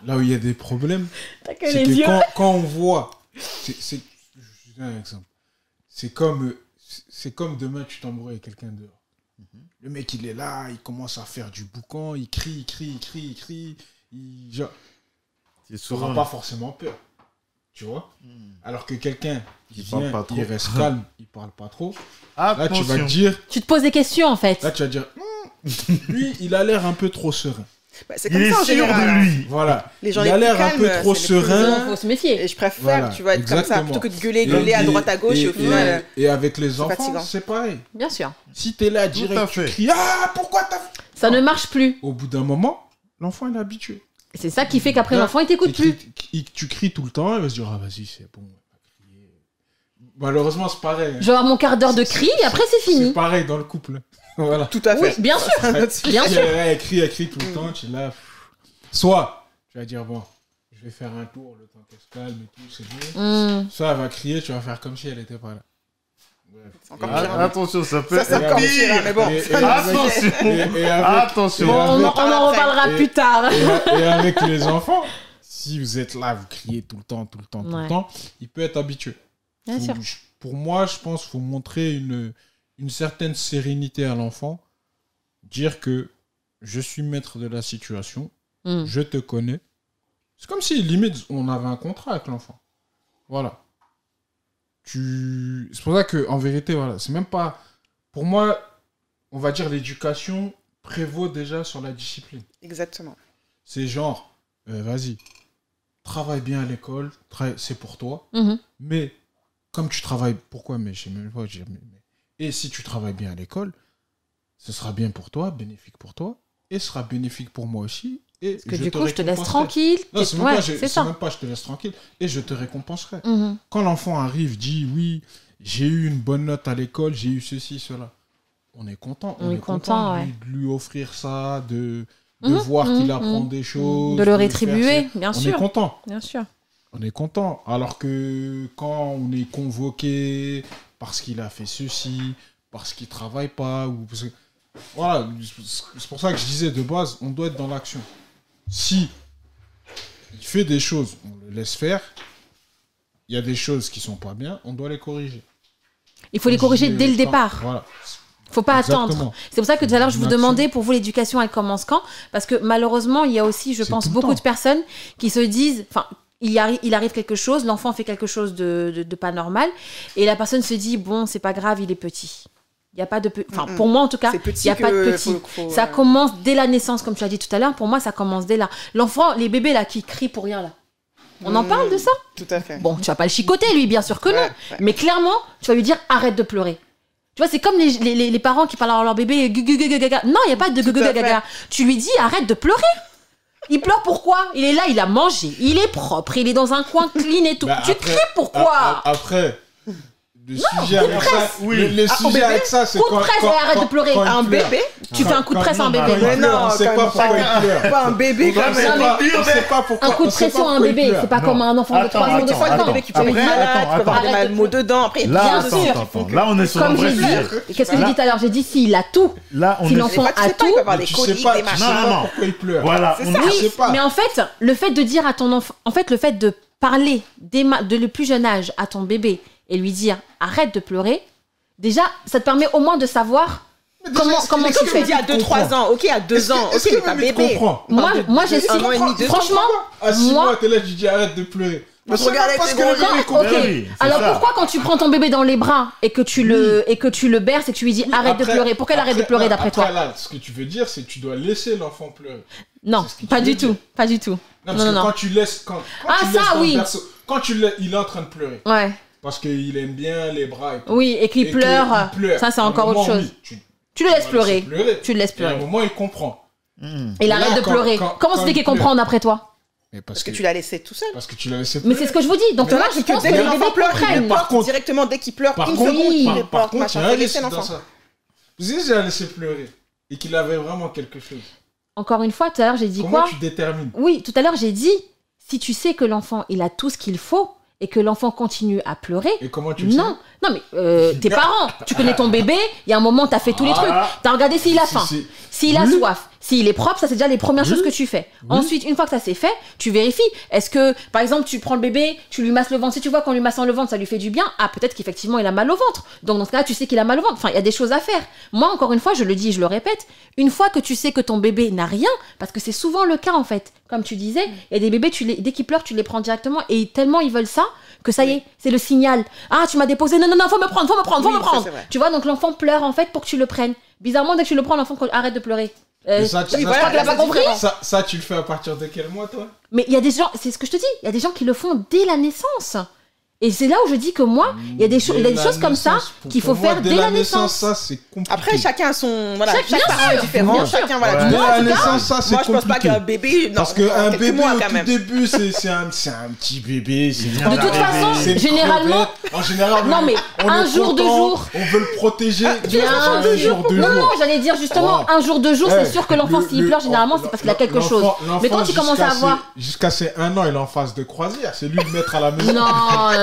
S2: là où il y a des problèmes,
S1: T'as que
S2: c'est
S1: les
S2: que
S1: yeux.
S2: quand, quand on voit, c'est, c'est- je vous donne un exemple. C'est comme, euh, c'est- c'est comme demain tu t'embrouilles avec quelqu'un dehors.
S4: Mm-hmm.
S2: Le mec il est là, il commence à faire du boucan, il crie, il crie, il crie, il crie. Il... Genre,
S4: C'est
S2: tu n'auras
S4: souvent Mm.
S2: pas forcément peur, tu vois. Alors que quelqu'un il
S4: Il parle
S2: vient,
S4: pas trop.
S2: il reste calme, il parle pas trop. Là tu
S4: Attention.
S2: vas te dire,
S1: Tu te poses des questions en fait.
S2: là tu vas te dire, Hmm, lui il a l'air un peu trop serein.
S3: Bah, C'est
S4: Il
S3: comme
S4: est
S3: ça en
S4: sûr
S3: général.
S4: de
S3: hein.
S4: lui.
S2: Voilà.
S3: Les gens
S2: il
S3: les
S2: a
S3: plus
S2: l'air un
S3: calmes,
S2: peu
S3: c'est
S2: trop
S3: les plus
S1: Donc,
S2: serein.
S1: faut se méfier.
S3: Et je préfère,
S2: Voilà,
S3: tu vois, être comme ça
S2: exactement.
S3: plutôt que de gueuler, gueuler à
S2: Et-
S3: droite à gauche et, au
S2: et-
S3: final. euh,
S2: et avec les
S3: fatigant.
S2: enfants, c'est pareil.
S1: Bien sûr.
S2: Si t'es là
S4: Tout
S2: direct,
S4: à
S2: tu
S4: fait.
S2: cries Ah, pourquoi t'as fait
S1: Ça ne marche plus.
S2: Au bout d'un moment, l'enfant il est habitué.
S1: Et C'est ça qui fait qu'après
S2: Là,
S1: l'enfant, il t'écoute
S2: Il
S1: plus.
S2: crie- il- tu cries tout le temps, il va se dire Ah, vas-y, c'est bon. elle va crier. Malheureusement, c'est pareil. hein.
S1: Je vais avoir mon quart d'heure de cri et après c'est
S2: C'est
S1: fini.
S2: pareil dans le couple. voilà.
S3: Tout à
S1: Oui,
S3: fait.
S1: bien sûr. Bien
S2: Elle-
S1: sûr.
S2: Elle, elle crie, elle crie tout le
S3: Mm.
S2: temps, tu es là. pff. Soit, tu vas dire Bon, je vais faire un tour, le temps qu'elle se calme et tout, c'est bon.
S1: Hmm.
S2: Soit, elle va crier, tu vas faire comme si elle n'était pas là. Bref.
S3: C'est encore
S2: Et-
S3: pire.
S4: Ah, Attention, ça peut
S3: Ça, c'est
S4: être
S3: encore
S4: pire.
S3: pire, mais bon.
S2: Et-
S3: ça,
S2: et-
S3: non.
S4: Attention.
S2: Et- et avec-
S1: Bon,
S2: Et
S4: Attention.
S1: on, en- on en reparlera
S2: Et-
S1: plus tard.
S2: et, et avec les enfants, si vous êtes là, vous criez tout le temps, tout le temps, tout
S1: Ouais.
S2: le temps, il peut être habitué.
S1: Bien
S2: Faut-
S1: sûr.
S2: je- Pour moi, je pense qu'il faut montrer une, une certaine sérénité à l'enfant, dire que je suis maître de la situation,
S1: Hmm.
S2: je te connais. C'est comme si, limite, on avait un contrat avec l'enfant. Voilà. Tu... C'est pour ça que, en vérité, voilà, c'est même pas. Pour moi, on va dire l'éducation prévaut déjà sur la discipline.
S3: Exactement.
S2: C'est genre, euh, vas-y, travaille bien à l'école, tra- c'est pour toi.
S1: Mhm.
S2: Mais comme tu travailles, pourquoi Mais je sais même pas. je- mais- mais- Et si tu travailles bien à l'école, ce sera bien pour toi, bénéfique pour toi, et sera bénéfique pour moi aussi. Et
S1: Parce que du coup, je te laisse
S2: récompenserai.
S1: tranquille.
S2: Non,
S1: T'es-
S2: c'est même,
S1: Ouais,
S2: pas, je-
S1: c'est
S2: c'est
S1: ça.
S2: même pas je te laisse tranquille, et je te récompenserai.
S1: Mhm.
S2: Quand l'enfant arrive, dit oui, j'ai eu une bonne note à l'école, j'ai eu ceci, cela. On est content, on, est content, de, lui, de lui offrir ça, de, de
S1: Mhm,
S2: voir qu'il
S1: mhm,
S2: apprend
S1: mhm.
S2: des choses.
S1: De le
S2: faire
S1: rétribuer, bien
S2: on est
S1: sûr.
S2: content,
S1: Bien sûr.
S2: on est content. Alors que quand on est convoqué parce qu'il a fait ceci, parce qu'il travaille pas, ou parce que- voilà, c'est pour ça que je disais de base, on doit être dans l'action. Si il fait des choses, on le laisse faire. Il y a des choses qui sont pas bien, on doit les corriger.
S1: Il faut les corriger
S2: Je dis,
S1: dès le
S2: quand-
S1: départ.
S2: Voilà.
S1: Faut pas attendre.
S2: Exactement.
S1: C'est pour ça que tout à l'heure, je vous
S2: Une action.
S1: demandais pour vous l'éducation, elle commence quand Parce que malheureusement, il y a aussi, je
S2: C'est
S1: pense,
S2: tout le
S1: beaucoup
S2: temps.
S1: de personnes qui se disent, enfin, il, y arri- il arrive quelque chose, l'enfant fait quelque chose de, de- de pas normal, et la personne se dit, bon, c'est pas grave, il est petit. Il n'y a pas de. pe- Enfin,
S3: Mm-mm.
S1: pour moi en tout cas,
S3: C'est
S1: il
S3: petit
S1: n'y a pas de
S3: que-
S1: petit.
S3: faut- faut,
S1: Ça
S3: euh,
S1: commence dès la naissance, comme tu as dit tout à l'heure. Pour moi, ça commence dès là. L'enfant, les bébés là qui crient pour rien là. On en
S3: Mm.
S1: parle de ça
S3: Tout à fait.
S1: Bon, tu vas pas le chicoter, lui, bien sûr que non.
S3: Ouais, ouais.
S1: Mais clairement, tu vas lui dire arrête de pleurer. Tu vois, c'est comme les, les- les- les parents qui parlent à leur bébé gu- gu- gu- gu- gu- gu. Non, il n'y a pas de gu- gu-
S3: à
S1: gu- gu-
S3: fait.
S1: gu. Tu lui dis arrête de pleurer. Il pleure pourquoi Il est là, il a mangé, il est propre, il est dans un coin clean et tout.
S2: Bah,
S1: tu
S2: après-
S1: cries pourquoi
S2: A-
S3: euh,
S2: a- Après, le sujet avec ça,
S4: Oui.
S2: le, le
S3: Ah, au
S2: sujet
S3: bébé
S2: avec ça, c'est
S1: Coup de
S2: quand,
S1: presse,
S2: quand-
S1: et arrête de
S2: quand-
S1: pleurer.
S2: quand il
S3: Un
S2: pleure.
S3: bébé
S1: Tu fais un coup de presse à un bébé.
S2: Mais
S3: Mais non,
S2: non, c'est
S3: quand
S2: pas
S3: même,
S2: pourquoi
S3: chacun-
S2: il pleure.
S3: Pas un bébé
S4: Ouais,
S3: comme
S4: mais-
S3: ça.
S2: On
S3: mais-
S2: sait pas- on sait pas pourquoi-
S1: Un coup de
S2: on sait
S1: pression
S2: pas
S1: à un
S2: pourquoi il
S1: bébé,
S2: pleure.
S1: c'est pas
S4: Non.
S1: comme un enfant de
S4: Attends,
S1: 3 jours, de
S4: attends,
S3: Des fois,
S1: fois
S3: il y a
S1: de
S3: des
S4: attends.
S3: bébés qui tombent
S4: Après,
S3: malades,
S4: attends,
S3: tu peux avoir des
S1: attends.
S3: mal maux de dents. Après, il y a
S4: Là,
S3: plein de
S1: Bien
S4: attends,
S3: choses
S1: sûr.
S4: attends,
S3: qui font
S4: attends.
S3: que-
S4: Là, on est sur un
S1: Comme
S4: vrai
S1: j'ai
S4: sujet.
S1: dit, qu'est-ce que j'ai
S4: Là-
S1: dit tout à l'heure J'ai dit s'il a tout.
S4: Là, on
S1: Si
S4: est
S3: Et
S1: l'enfant-
S4: sur...
S3: pas, tu sais
S1: à
S3: pas, il
S1: tout.
S3: peut avoir des
S2: Tu sais
S3: coliques,
S2: pas,
S3: des
S2: tu sais
S3: machins.
S4: Non, non,
S2: pas
S4: non.
S2: pourquoi il pleure.
S4: Voilà,
S3: C'est
S4: on
S3: ça.
S4: est-
S2: Je
S1: Oui,
S2: sais pas.
S1: mais en fait, le fait de dire à ton enfant, en fait, le fait de parler dès ma- de le plus jeune âge à ton bébé et lui dire arrête de pleurer, déjà, ça te permet au moins de savoir comment, comment
S3: Mais
S1: tu
S3: comme tu
S1: fais.
S3: dis à 2-3 ans, ok, à 2 ans, ok,
S2: Est-ce que
S3: mais pas
S2: même il te
S3: bébé.
S2: comprend
S1: Moi, moi j'ai
S3: Un an et demi, deux ans.
S1: Franchement,
S2: à 6
S1: moi-
S2: mois, t'es là, tu dis arrête de pleurer.
S3: Mais regarde,
S2: parce
S3: c'est
S2: que
S3: bon,
S2: le
S1: quand-
S2: bébé
S1: ok.
S4: Ben oui, c'est
S1: Alors
S4: ça.
S1: pourquoi quand tu prends ton bébé dans les bras et que tu le et que tu le berces et que tu lui dis arrête de
S2: Après-
S1: pleurer, pourquoi elle arrête de
S2: après-
S1: pleurer
S2: non,
S1: d'après toi
S2: après, là, ce que tu veux dire, c'est que tu dois laisser l'enfant pleurer.
S1: Non,
S2: c'est ce que
S1: pas
S2: tu
S1: du
S2: veux dire.
S1: tout, pas du tout.
S2: Non,
S1: Non,
S2: parce que
S1: non, non.
S2: quand tu laisses. Quand, quand
S1: Ah,
S2: tu laisses
S1: ça,
S2: ton
S1: oui.
S2: berceau- quand tu la- il est en train de pleurer.
S1: Ouais,
S2: Parce qu'il aime bien les bras et tout.
S1: oui, et qu'il
S2: Et que
S1: pleure,
S2: il pleure.
S1: ça c'est
S2: À un
S1: encore
S2: moment,
S1: autre chose.
S2: oui, tu-
S1: Tu le laisses
S2: tu vas laisser
S1: pleurer, tu le laisses
S2: Et à un
S1: pleurer.
S2: moment, il comprend.
S4: Hmm.
S1: Et il
S2: Là,
S1: arrête de
S2: quand-
S1: pleurer.
S2: quand-
S1: Comment
S2: quand
S1: se fait
S2: il
S1: qu'il
S2: pleure.
S1: comprend d'après toi
S2: Mais
S3: Parce que tu l'as laissé tout seul.
S2: Parce que tu l'as laissé
S1: Mais c'est ce que je vous dis. Donc
S2: Mais
S1: moi,
S2: là,
S1: je
S2: c'est que
S1: pense que
S3: Dès
S1: les
S3: que
S2: Mais
S1: bébés
S2: par
S3: l'enfant pleure, il
S1: comprennent.
S2: par
S3: porte
S2: contre-
S3: directement. Dès qu'il pleure,
S2: Par
S3: une
S2: contre-
S3: seconde, il
S1: par-
S3: le
S1: par
S3: porte,
S2: contre,
S3: machin.
S2: il a
S3: Faut
S2: laissé
S3: laisser
S2: dans
S3: l'enfant.
S2: ça. Si j'ai laissé pleurer et qu'il avait vraiment quelque chose,
S1: Encore une fois, tout à l'heure, j'ai dit
S2: comment
S1: quoi
S2: tu détermines
S1: Oui, tout à l'heure, j'ai dit si tu sais que l'enfant, il a tout ce qu'il faut et que l'enfant continue à pleurer.
S2: Et comment tu le sais
S1: Non, non mais euh, tes parents, tu connais ton bébé, il y a un moment t'as fait tous les trucs,
S4: Ah.
S1: t'as regardé s'il a
S2: Si
S1: faim,
S2: c'est-
S1: s'il a
S4: Oui.
S1: soif, s'il est propre, ça c'est déjà les premières
S4: Oui.
S1: choses que tu fais. Ensuite, une fois que ça c'est fait, tu vérifies. Est-ce que, par exemple, tu prends le bébé, tu lui masses le ventre, si tu vois qu'en lui massant le ventre, ça lui fait du bien, ah peut-être qu'effectivement il a mal au ventre. Donc dans ce cas-là, tu sais qu'il a mal au ventre. Enfin, il y a des choses à faire. Moi, encore une fois, je le dis, je le répète, une fois que tu sais que ton bébé n'a rien, parce que c'est souvent le cas en fait, comme tu disais, il y a des bébés, tu les, dès qu'ils pleurent, tu les prends directement et tellement ils veulent ça que ça y est, c'est le signal. Ah, tu m'as déposé, non, non, non, faut me prendre, faut me prendre, faut
S3: Oui,
S1: me
S3: ça,
S1: prendre.
S3: c'est vrai.
S1: Tu vois, donc l'enfant pleure en fait pour que tu le prennes. Bizarrement, dès que tu le prends, l'enfant arrête de pleurer. Euh,
S2: Mais ça, tu-
S3: Oui,
S2: ça,
S3: voilà,
S2: ça-
S1: tu l'as pas
S3: c'est
S1: compris
S3: différent.
S2: ça- ça, tu le fais à partir de quel mois, toi
S1: Mais il y a des gens, c'est ce que je te dis, il y a des gens qui le font dès la naissance. Et c'est là où je dis que moi, il y a des, cho-
S2: Dès
S1: il y a des
S2: la
S1: choses comme ça
S2: naissance. Pour-
S1: qu'il faut
S2: pour moi,
S1: faire dès, la naissance.
S2: Ça, c'est compliqué.
S3: Après, chacun a son. Voilà,
S1: Chaque-
S3: chaque
S1: bien
S3: parent est
S1: sûr,
S3: différent.
S1: bien sûr.
S3: Chacun, voilà.
S4: Ouais.
S3: tu
S2: Dès
S3: vois,
S2: la
S3: en tout cas,
S2: naissance, ça, c'est
S3: Moi, je pense pas
S2: compliqué.
S3: qu'un bébé. Non,
S2: Parce qu'un
S3: quelques
S2: bébé,
S3: mois,
S2: au
S3: quand
S2: tout
S3: même.
S2: début, c'est c'est un, c'est un petit bébé. c'est
S4: De
S2: un
S1: toute
S2: bébé,
S1: façon,
S2: c'est une
S1: généralement-
S2: crevette. En général,
S1: Non,
S2: on-
S1: mais
S2: on
S1: un
S2: est
S1: jour, deux
S2: content,
S1: jours.
S2: On veut le protéger.
S1: Tu laisses un
S2: un
S1: jour,
S2: jour, deux
S1: Non, non,
S2: jours.
S1: j'allais dire justement,
S2: Ouais.
S1: un jour, deux jours,
S2: Eh,
S1: c'est sûr que l'enfant,
S2: le-
S1: s'il
S2: le-
S1: pleure, généralement, c'est
S2: l'en-
S1: parce qu'il a quelque
S2: l'enfant-
S1: chose.
S2: l'enfant,
S1: Mais quand il commence à
S2: jusqu'à
S1: avoir.
S2: ses- Jusqu'à ses un an, il est en phase de croisière. C'est lui de mettre à la
S1: Non,
S2: maison.
S1: non, non,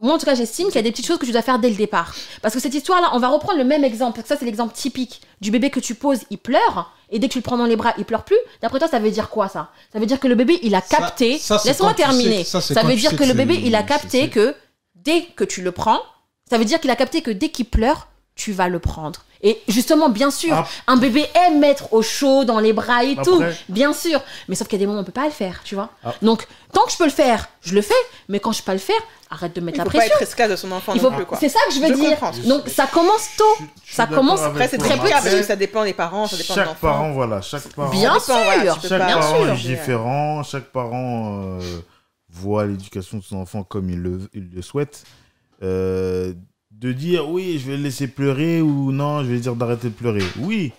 S1: Moi en tout cas j'estime qu'il y a des petites choses que tu dois faire dès le départ. Parce que cette histoire là, on va reprendre le même exemple parce que ça c'est l'exemple typique du bébé que tu poses, il pleure et dès que tu le prends dans les bras, il pleure plus. D'après toi ça veut dire quoi ça Ça veut dire que le bébé il a
S2: Ça-
S1: capté.
S2: ça, c'est
S1: Laisse-moi
S2: quand tu sais-
S1: terminer.
S2: ça, c'est
S1: ça
S2: quand
S1: veut
S2: tu
S1: dire
S2: sais
S1: que
S2: que
S1: le
S2: c'est-
S1: bébé il a
S2: c'est-
S1: capté
S2: c'est-
S1: que dès que tu le prends ça veut dire qu'il a capté que dès qu'il pleure, tu vas le prendre. Et justement, bien sûr,
S4: Ah.
S1: un bébé aime être au chaud, dans les bras et
S2: Bah,
S4: Après.
S1: tout, bien sûr. Mais sauf qu'il y a des moments où on peut pas le faire, tu vois.
S4: Ah.
S1: Donc, tant que je peux le faire, je le fais. Mais quand je peux pas le faire, arrête de mettre
S3: Il
S1: la
S3: faut pas
S1: pression.
S3: être esclave de son enfant
S1: Il faut-
S3: non plus, quoi.
S1: C'est ça que je veux
S3: Je
S1: dire.
S3: comprends.
S1: Donc, ça commence tôt. Ça commence
S3: Après, c'est très
S1: Très
S3: peu parce
S1: petit.
S3: que ça dépend des parents, ça dépend de
S4: Chaque
S3: l'enfant.
S4: parent, voilà, chaque parent.
S1: Bien
S3: Ça dépend, voilà,
S1: sûr.
S3: tu peux
S4: Chaque
S3: pas-
S1: Bien
S4: parent est
S3: sûr.
S4: différent, chaque parent euh, voit l'éducation de son enfant comme il le, il le souhaite. Euh, de dire oui, je vais le laisser pleurer ou non, je vais dire d'arrêter de pleurer. Oui,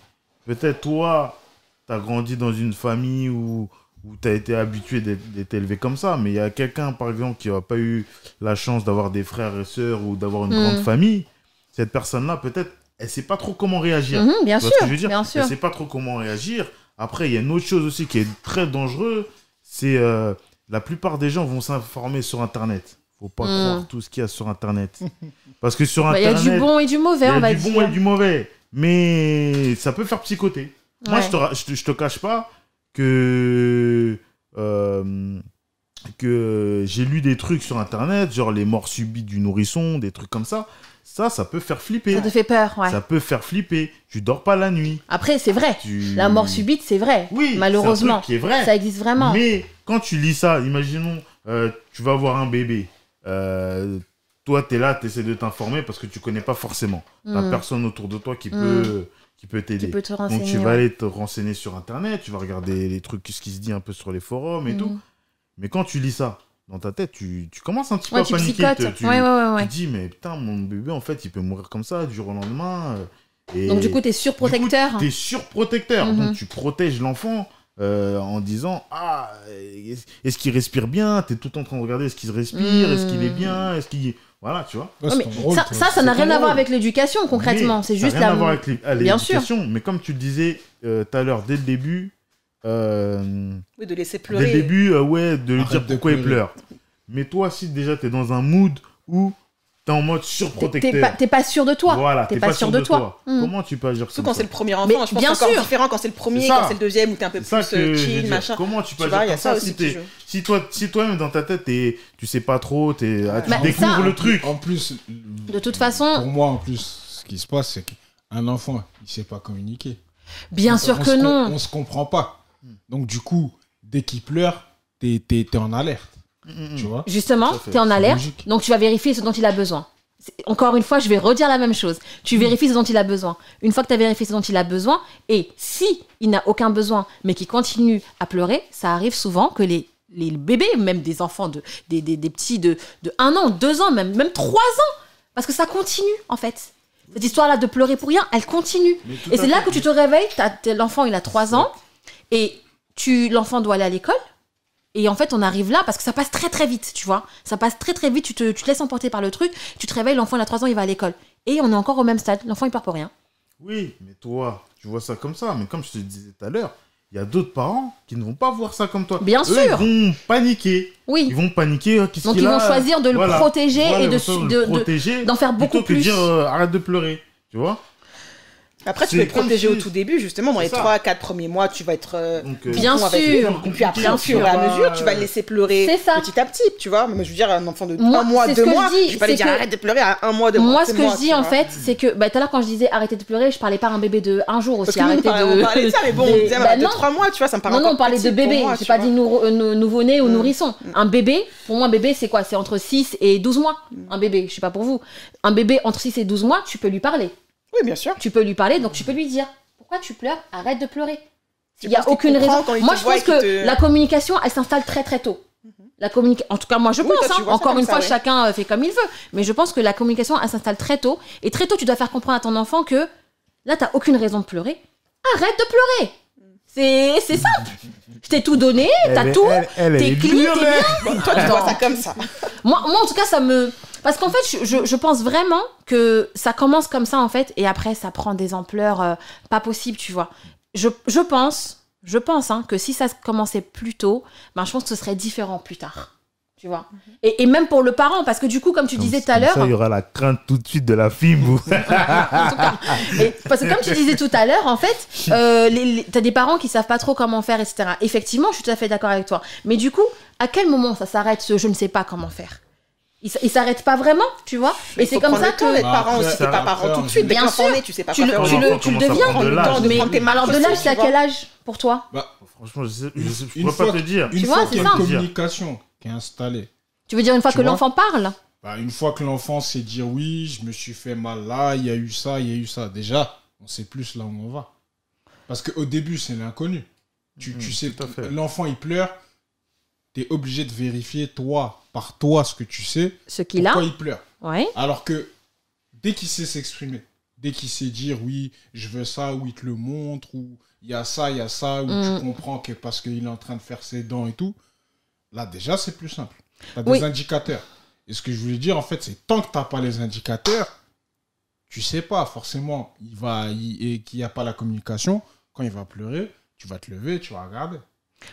S4: peut-être toi, tu as grandi dans une famille où, où tu as été habitué d'être d'être élevé comme ça, mais il y a quelqu'un, par exemple, qui n'a pas eu la chance d'avoir des frères et sœurs ou d'avoir une
S1: Mm.
S3: Hmm.
S4: grande famille. Cette personne-là, peut-être, elle sait pas trop comment réagir.
S1: Mhm, bien
S4: Tu vois
S1: sûr.
S4: ce que je veux dire Bah,
S1: Bien
S4: Elle
S1: sûr.
S4: sait pas trop comment réagir. Après, il y a une autre chose aussi qui est très dangereuse, c'est euh, la plupart des gens vont s'informer sur Internet. Faut pas
S1: Mm.
S4: croire tout ce qu'il y a sur Internet. Parce que sur
S1: Bah, Il y a
S4: Internet,
S1: du bon et du mauvais,
S4: il y a
S1: on va
S4: du
S1: dire.
S4: bon et du mauvais. Mais ça peut faire psychoter. Moi,
S1: Ouais.
S4: je te, ra- je, te- je te cache pas que, euh, que j'ai lu des trucs sur Internet, genre les morts subies du nourrisson, des trucs comme ça. Ça, ça peut faire flipper.
S1: Ça te fait peur, ouais.
S4: Ça peut faire flipper. Tu dors pas la nuit.
S1: Après, c'est vrai.
S4: Tu-
S1: La mort subite, c'est vrai.
S4: Oui, c'est un
S1: Malheureusement.
S4: truc qui est vrai.
S1: Ça existe vraiment.
S4: Mais quand tu lis ça, imaginons, euh, tu vas avoir un bébé. Euh, toi, tu es là, tu essaies de t'informer parce que tu connais pas forcément. T'as
S1: Hmm.
S4: personne autour de toi qui
S1: Mm.
S4: peut qui peut t'aider.
S1: Tu peux te
S4: Donc
S1: renseigner.
S4: tu vas
S1: ouais.
S4: aller te renseigner sur internet, tu vas regarder les trucs ce qui se dit un peu sur les forums et
S1: Mhm.
S4: tout. Mais quand tu lis ça dans ta tête, tu, tu commences un petit peu
S1: Ouais,
S4: à
S1: tu
S4: paniquer,
S1: psychotes.
S4: te- tu,
S1: Ouais, ouais, ouais,
S4: tu
S1: ouais.
S4: te dis mais putain mon bébé en fait, il peut mourir comme ça du jour au lendemain euh, et
S1: Donc, du coup, t'es
S4: du coup,
S1: surprotecteur.
S4: T'es surprotecteur.
S1: Mhm.
S4: Donc tu protèges l'enfant euh, en disant ah est-ce- est-ce qu'il respire bien T'es tout le temps en train de regarder est-ce qu'il respire, est-ce qu'il est
S1: Mm.
S4: bien, est-ce qu'il voilà tu vois.
S2: Ouais,
S1: Non,
S2: c'est
S1: mais
S2: ton rôle,
S1: ça,
S2: toi.
S1: ça, ça
S2: C'est
S1: n'a
S2: ton
S1: rien à voir
S2: rôle.
S1: avec l'éducation, concrètement.
S4: Mais
S1: C'est
S4: ça
S1: juste
S4: n'a rien
S1: la.
S4: à voir avec les- à
S1: Bien sûr.
S4: l'éducation. Mais comme tu le disais euh, tout à l'heure, dès le début, euh,
S3: Oui, de laisser
S4: dès le
S3: pleurer.
S4: début, euh, ouais, de lui
S2: Arrête
S4: dire
S2: de
S4: pourquoi il
S2: pleurer.
S4: pleure. Mais toi, si déjà t'es dans un mood où t'es en mode surprotecteur,
S1: T'es pas, t'es pas sûr de toi.
S4: voilà,
S1: t'es pas sûr de toi. Mm.
S4: Comment tu peux agir
S3: Surtout
S4: comme
S3: quand
S4: ça
S3: c'est le premier enfant.
S1: Mais
S3: je pense
S1: bien
S3: que c'est encore
S1: sûr.
S3: différent quand c'est le premier,
S4: C'est ça.
S3: quand c'est le deuxième, où t'es un peu
S4: C'est ça
S3: plus
S4: que
S3: euh,
S4: je veux
S3: chill,
S4: dire.
S3: machin.
S4: Comment tu
S3: Tu
S4: peux agir
S3: vois, il y a
S4: comme ça,
S3: ça aussi
S4: si,
S3: qui
S4: t'es-
S3: joue.
S4: si toi, si toi-même dans ta tête, t'es- tu sais pas trop, t'es- ah, tu
S1: Bah,
S4: découvres
S1: ça-
S4: le truc.
S2: En plus,
S1: De toute
S2: pour
S1: façon,
S2: moi, en plus, ce qui se passe, c'est qu'un enfant, il sait pas communiquer.
S1: bien
S2: On-
S1: sûr
S2: on
S1: que
S2: se com-
S1: non.
S2: On se comprend pas.
S4: Hmm.
S2: Donc, du coup, dès qu'il pleure, t'es t'es- t'es en alerte.
S4: Mm, mm,
S2: Tu
S4: mm.
S2: vois
S1: Justement,
S4: Tout à fait.
S1: t'es en alerte.
S2: logique.
S1: Donc, tu vas vérifier ce dont il a besoin. C'est- Encore une fois, je vais redire la même chose.
S4: Mm.
S1: Tu vérifies ce dont il a besoin. Une fois que tu as vérifié ce dont il a besoin, et si il n'a aucun besoin, mais qu'il continue à pleurer, ça arrive souvent que les, les bébés, même des enfants, de, des, des- des petits de, de 1 an, 2 ans, même, même 3 ans, parce que ça continue en fait. Cette histoire-là de pleurer pour rien, elle continue.
S4: Mais tout
S1: Et
S4: à
S1: c'est là
S4: fait.
S1: que tu te réveilles, t'as- t'as- l'enfant il a 3 ans, et tu l'enfant doit aller à l'école. Et en fait, on arrive là parce que ça passe très très vite, tu vois. Ça passe très très vite, tu te, tu te laisses emporter par le truc, tu te réveilles, l'enfant il a 3 ans, il va à l'école. Et on est encore au même stade, l'enfant il part pour rien.
S4: Oui, mais toi, tu vois ça comme ça. Mais comme je te disais tout à l'heure, il y a d'autres parents qui ne vont pas voir ça comme toi.
S1: Bien
S4: Eux,
S1: sûr.
S4: Ils vont paniquer. Ils
S1: Oui.
S4: vont paniquer. euh, Qu'est-ce
S1: Donc
S4: qu'il
S1: ils
S4: a
S1: vont choisir de le
S4: Voilà.
S1: protéger
S4: Voilà,
S1: et
S4: ils
S1: de,
S4: vont choisir
S1: de-
S4: le
S1: de-
S4: protéger
S1: d'en faire
S4: plutôt
S1: beaucoup
S4: que de
S1: plus.
S4: dire euh, arrête de pleurer. Tu vois
S3: Après, tu
S4: C'est
S3: peux les
S4: comme
S3: protéger
S4: si-
S3: au tout début, justement, dans
S4: C'est
S3: les
S4: ça.
S3: 3-4 premiers mois, tu vas être. euh,
S4: Donc, euh,
S1: Bien
S3: bon avec
S1: sûr.
S3: lui. Et puis après,
S4: Bien
S3: au
S4: sûr.
S3: fur et à
S4: Bah,
S3: mesure, tu vas le laisser pleurer
S1: c'est ça.
S3: petit à petit, tu vois. Mais je veux dire, un enfant de 3
S1: Moi,
S3: mois,
S1: c'est ce
S3: 2
S1: que je
S3: mois,
S1: dis,
S3: je vais pas lui
S1: c'est
S3: dire
S1: que-
S3: arrête de pleurer à 1 mois, 2 mois.
S1: Moi,
S3: c'est
S1: ce que je
S3: tu
S1: dis en
S3: vois.
S1: fait, c'est que bah, tout à l'heure quand je disais arrêtez de pleurer, je parlais pas à un bébé de un jour
S3: Parce
S1: aussi,
S3: que nous, on
S1: arrêtez
S3: parlait-
S1: de.
S3: on parlait de ça, mais bon,
S1: des-
S3: on disait,
S1: Bah,
S3: bah, de
S1: non.
S3: 3 mois, tu vois, ça me paraît
S1: Non, non,
S3: encore
S1: on parlait
S3: petit
S1: de
S3: pour
S1: bébé.
S3: moi,
S1: J'ai
S3: tu
S1: pas
S3: vois.
S1: dit nou- euh, nou- nouveau-né ou
S3: Mm.
S1: nourrisson. Un bébé, pour moi, un bébé, c'est quoi C'est entre 6 et 12 mois.
S3: Mm.
S1: Un bébé, je sais pas pour vous. Un bébé entre 6 et 12 mois, tu peux lui parler.
S3: Oui, bien sûr.
S1: Tu peux lui parler, donc tu peux lui dire Pourquoi tu pleures Arrête de pleurer.
S3: Tu
S1: Il n'y a
S3: penses qu'il
S1: aucune
S3: comprend
S1: raison.
S3: quand il te
S1: Moi, je
S3: voit
S1: pense
S3: et qu'il
S1: que
S3: te- Mm-hmm.
S1: la communication, elle s'installe très très tôt. La communica- En tout cas, moi je
S3: Oui,
S1: pense,
S3: toi, tu
S1: hein.
S3: vois ça
S1: encore
S3: comme
S1: une
S3: ça,
S1: fois,
S3: ouais.
S1: chacun euh, fait comme il veut, mais je pense que la communication, elle s'installe très tôt, et très tôt, tu dois faire comprendre à ton enfant que là, t'as aucune raison de pleurer, arrête de pleurer C'est c'est simple Je t'ai tout donné, Eh, t'as
S4: Elle est-
S1: tout,
S4: elle- elle, elle
S1: t'es
S4: est hein.
S1: clean,
S4: dure,
S1: t'es
S4: mais-
S3: Toi, tu vois
S1: Attends.
S3: ça comme ça.
S1: moi, moi, en tout cas, ça me. Parce qu'en fait, je, je- je pense vraiment que ça commence comme ça, en fait, et après, ça prend des ampleurs euh, pas possibles, tu vois. Je, je pense, je pense hein, que si ça commençait plus tôt, ben, je pense que ce serait différent plus tard. Tu vois et, et même pour le parent, parce que du coup, comme tu disais tout à
S4: Comme
S1: l'heure.
S4: ça, il y aura la crainte tout de suite de la fille. vous.
S1: En tout cas. Et- parce que comme tu disais tout à l'heure, en fait, euh, les- les- t'as des parents qui savent pas trop comment faire, etc. Effectivement, je suis tout à fait d'accord avec toi. Mais du coup, à quel moment ça s'arrête ce je ne sais pas comment faire Ils s- Ils s'arrêtent pas vraiment, tu vois Et
S3: Il faut
S1: c'est comme
S3: prendre
S1: ça
S3: le temps
S1: que
S3: d'être parent
S2: Après,
S3: aussi, t'es
S4: ça
S3: pas
S4: va
S3: parent
S2: faire,
S3: tout de suite. Dès
S1: bien
S3: que l'enfant
S1: sûr.
S3: est né, tu sais pas
S1: tu
S3: quoi
S1: le,
S3: faire.
S4: Quand
S1: tu
S4: l'enfant
S1: le, tu le
S4: commence à prendre de
S1: deviens.
S4: l'âge.
S3: Prendre le
S1: Mais
S3: temps de prendre tes
S1: alors de
S3: marques
S1: l'âge,
S3: aussi,
S1: c'est à
S3: tu
S1: quel
S3: vois.
S1: âge pour toi
S2: Bah,
S4: Franchement, je, sais, je, sais- je
S2: Une
S4: pourrais
S2: fois
S4: pas te
S2: que-
S4: dire.
S2: une
S1: Tu
S2: fois
S1: vois,
S2: qu'il y a
S1: c'est
S2: une
S1: ça.
S2: communication qui est installée,
S1: Tu veux dire une fois
S2: Tu
S1: que
S2: vois
S1: l'enfant parle
S2: bah, une fois que l'enfant sait dire oui, je me suis fait mal là, il y a eu ça, il y a eu ça, déjà, on sait plus là où on va. Parce qu'au début, c'est l'inconnu. Tu, tu
S4: Mhm,
S2: sais,
S4: tout à fait.
S2: l'enfant il pleure, tu es obligé de vérifier toi, par toi, ce que tu sais,
S1: ce qu'il a
S2: pourquoi il pleure.
S1: Ouais.
S2: Alors que dès qu'il sait s'exprimer, dès qu'il sait dire oui, je veux ça, ou il te le montre, ou il y a ça, il y a ça, ou
S1: Mm.
S2: tu comprends que parce qu'il est en train de faire ses dents et tout, là déjà c'est plus simple. Tu as
S1: Oui.
S2: des indicateurs. Et ce que je voulais dire en fait, c'est tant que tu pas les indicateurs, tu sais pas forcément il va il- et qu'il n'y a pas la communication, quand il va pleurer, Tu vas te lever, tu vas regarder.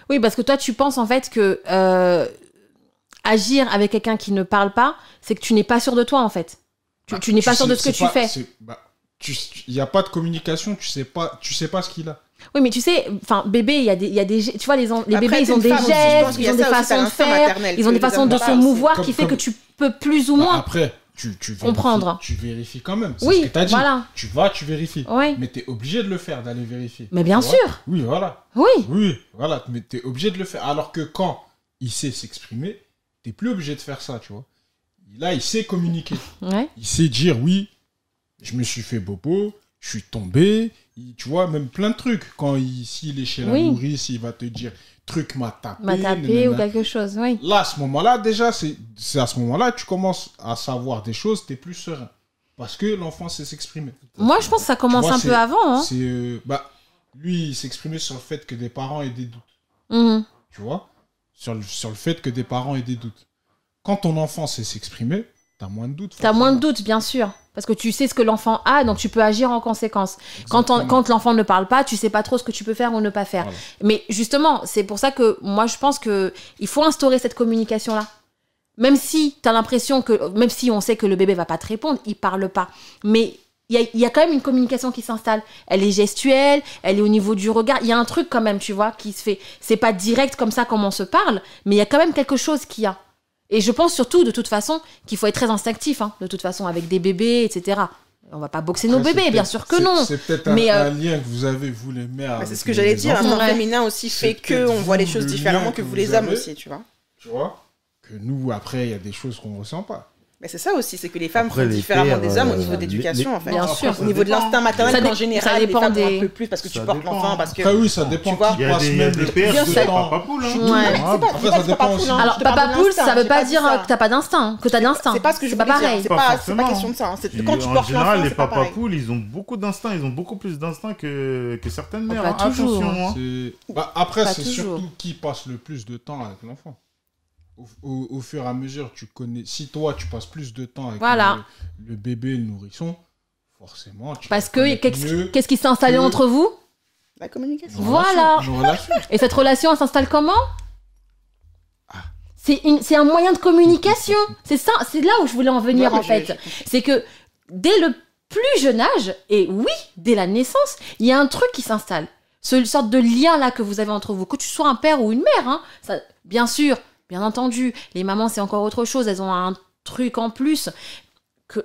S1: Oui, parce que toi, tu penses en fait que euh, agir avec quelqu'un qui ne parle pas, c'est que tu n'es pas sûr de toi en fait. Tu,
S2: Bah,
S1: tu n'es pas sûr de ce
S2: sais-
S1: que tu
S2: c'est pas-
S1: fais.
S2: c'est- bah, tu- Il n'y a pas de communication, tu sais pas, tu sais pas ce qu'il a.
S1: Oui, mais tu sais, enfin, bébé, il y a des, il y a des, ge- tu vois, les, en- les
S3: Après,
S1: bébés, ils
S3: t'es
S1: ont
S3: une
S1: des
S3: femme aussi, je pense
S1: gestes,
S3: qu'il y
S1: ils
S3: a
S1: ont des
S3: ça aussi, t'as
S1: façons de
S3: l'instinct
S1: faire,
S3: maternel
S1: ils
S3: que
S1: ont des
S3: les
S1: façons
S3: hommes
S1: de
S3: n'ont
S1: se
S3: pas.
S1: mouvoir qui
S2: Comme-
S1: fait que
S2: comme-
S1: tu peux plus ou
S2: Bah,
S1: moins.
S2: après, tu, tu vérifies,
S1: Comprendre.
S2: Tu vérifies quand même. c'est
S1: Oui,
S2: ce que t'as dit.
S1: voilà.
S2: Tu vas, tu vérifies.
S1: Oui.
S2: Mais tu es obligé de le faire, d'aller vérifier.
S1: Mais bien
S2: Tu vois
S1: sûr,
S2: Oui, voilà.
S1: oui.
S2: Oui, voilà. Mais tu es obligé de le faire. Alors que quand il sait s'exprimer, tu plus obligé de faire ça, tu vois. Là, il sait communiquer.
S1: Ouais.
S2: Il sait dire oui, je me suis fait bobo, je suis tombé, il- tu vois, même plein de trucs. Quand il, s'il est chez la
S1: Oui.
S2: nourrice, il va te dire truc m'a tapé.
S1: M'a tapé
S2: nanana.
S1: Bah, ou quelque chose, oui.
S2: Là, à ce moment-là, déjà, c'est c'est à ce moment-là que tu commences à savoir des choses, tu es plus serein. Parce que l'enfant sait s'exprimer.
S1: Moi, je pense que ça commence
S2: vois,
S1: un
S2: c'est-
S1: peu avant. hein.
S2: C'est. euh, bah, lui, il s'exprimait sur le fait que des parents aient des doutes
S1: Mhm.
S2: tu vois, sur le, sur le fait que des parents aient des doutes. Quand ton enfant sait s'exprimer, t'as moins de doutes.
S1: T'as moins de doutes, bien sûr. Parce que tu sais ce que l'enfant a, donc tu peux agir en conséquence. Quand, on- quand l'enfant ne parle pas, tu sais pas trop ce que tu peux faire ou ne pas faire.
S2: Voilà.
S1: Mais justement, c'est pour ça que moi je pense que il faut instaurer cette communication là. Même si tu as l'impression que même si on sait que le bébé va pas te répondre, il parle pas. Mais il y a, il y a quand même une communication qui s'installe. Elle est gestuelle, elle est au niveau du regard. Il y a un truc quand même, tu vois, qui se fait. C'est pas direct comme ça comme on se parle, mais il y a quand même quelque chose qu'il y a. Et je pense surtout, de toute façon, qu'il faut être très instinctif, hein, de toute façon, avec des bébés, etc. On va pas boxer nos
S2: Après, c'est
S1: bébés, bien
S2: peut-être-
S1: sûr que
S2: c'est-
S1: non.
S2: C'est peut-être un,
S1: Mais, euh,
S2: un lien que vous avez, vous les mères.
S3: Bah, c'est
S2: avec
S3: ce que
S2: les
S3: j'allais dire,
S2: enfants,
S3: un
S1: Ouais.
S3: féminin aussi fait
S2: C'est
S3: que
S2: peut-être
S3: on voit les
S2: vous,
S3: choses
S2: le
S3: différemment
S2: lien
S3: que
S2: que
S3: vous
S2: vous
S3: les hommes
S2: avez.
S3: aussi, tu vois.
S2: Tu vois Que nous, après, il y a des choses qu'on ressent pas.
S3: Mais c'est ça aussi, c'est que les femmes
S4: Après,
S3: font
S4: les
S3: différemment
S4: pères,
S3: des hommes au
S4: euh,
S3: niveau
S4: les-
S3: d'éducation en fait.
S1: Bien
S2: Après,
S1: sûr.
S3: Au niveau de
S4: dépend.
S3: l'instinct
S1: Ça
S3: maternel
S1: dé-
S3: en
S1: ça
S3: général, les
S1: dépend
S3: femmes ont
S1: des-
S3: un peu plus parce que tu
S4: Ça
S3: portes
S4: dépend.
S3: l'enfant, parce que
S2: Après, oui, ça dépend
S3: Tu vois.
S2: qui
S4: Il y a
S2: passe
S4: des, il y a
S2: même
S4: des
S2: le
S4: pères,
S1: Bien
S4: c'est
S1: sûr.
S4: pas poule, hein.
S1: Ouais.
S4: Ah,
S3: pas-
S4: bah,
S2: Après,
S3: dis
S2: ça
S3: que c'est
S2: dépend
S3: pas
S2: aussi.
S3: cool, hein.
S1: Alors,
S3: Je te parle
S1: papa
S3: de
S1: poule,
S3: l'instinct,
S1: ça veut
S3: j'ai
S1: pas
S3: dit
S1: dire
S3: ça.
S1: euh, que t'as pas d'instinct, que t'as de l'instinct.
S3: C'est pas ce que je
S1: C'est
S3: voulais
S1: pas
S3: dire.
S1: pareil.
S3: C'est pas, c'est pas
S4: forcément.
S3: question de ça. hein. C'est
S4: Et
S3: quand tu
S4: en
S3: portes
S4: général,
S3: l'enfant,
S4: les
S3: c'est pas
S4: papas
S3: pareil.
S4: poules, ils ont beaucoup d'instinct. Ils ont beaucoup plus d'instinct que, que certaines
S1: Oh,
S4: mères.
S1: pas
S4: hein. Attention,
S1: toujours.
S4: hein.
S2: C'est- Bah, après,
S1: Pas
S2: c'est
S1: toujours.
S2: surtout qui passe le plus de temps avec l'enfant. Au, au- au fur et à mesure, tu connais. Si toi, tu passes plus de temps avec
S1: Voilà.
S2: le, le bébé, le nourrisson, forcément, tu
S1: Parce
S2: vas
S1: que
S2: connaître
S1: qu'est-ce
S2: mieux
S1: qu'est-ce qui s'est installé
S2: que-
S1: entre vous
S3: La communication.
S2: nos
S1: Voilà.
S2: relations, nos relations.
S1: Et cette relation, elle s'installe comment
S2: Ah.
S1: C'est une- c'est un moyen de communication. C'est ça, c'est là où je voulais en venir
S3: Ouais,
S1: en
S3: je-
S1: fait. C'est que dès le plus jeune âge, et oui, dès la naissance, il y a un truc qui s'installe. Ce sorte de lien là que vous avez entre vous, que tu sois un père ou une mère, hein, ça, bien sûr, bien entendu, les mamans c'est encore autre chose, elles ont un truc en plus que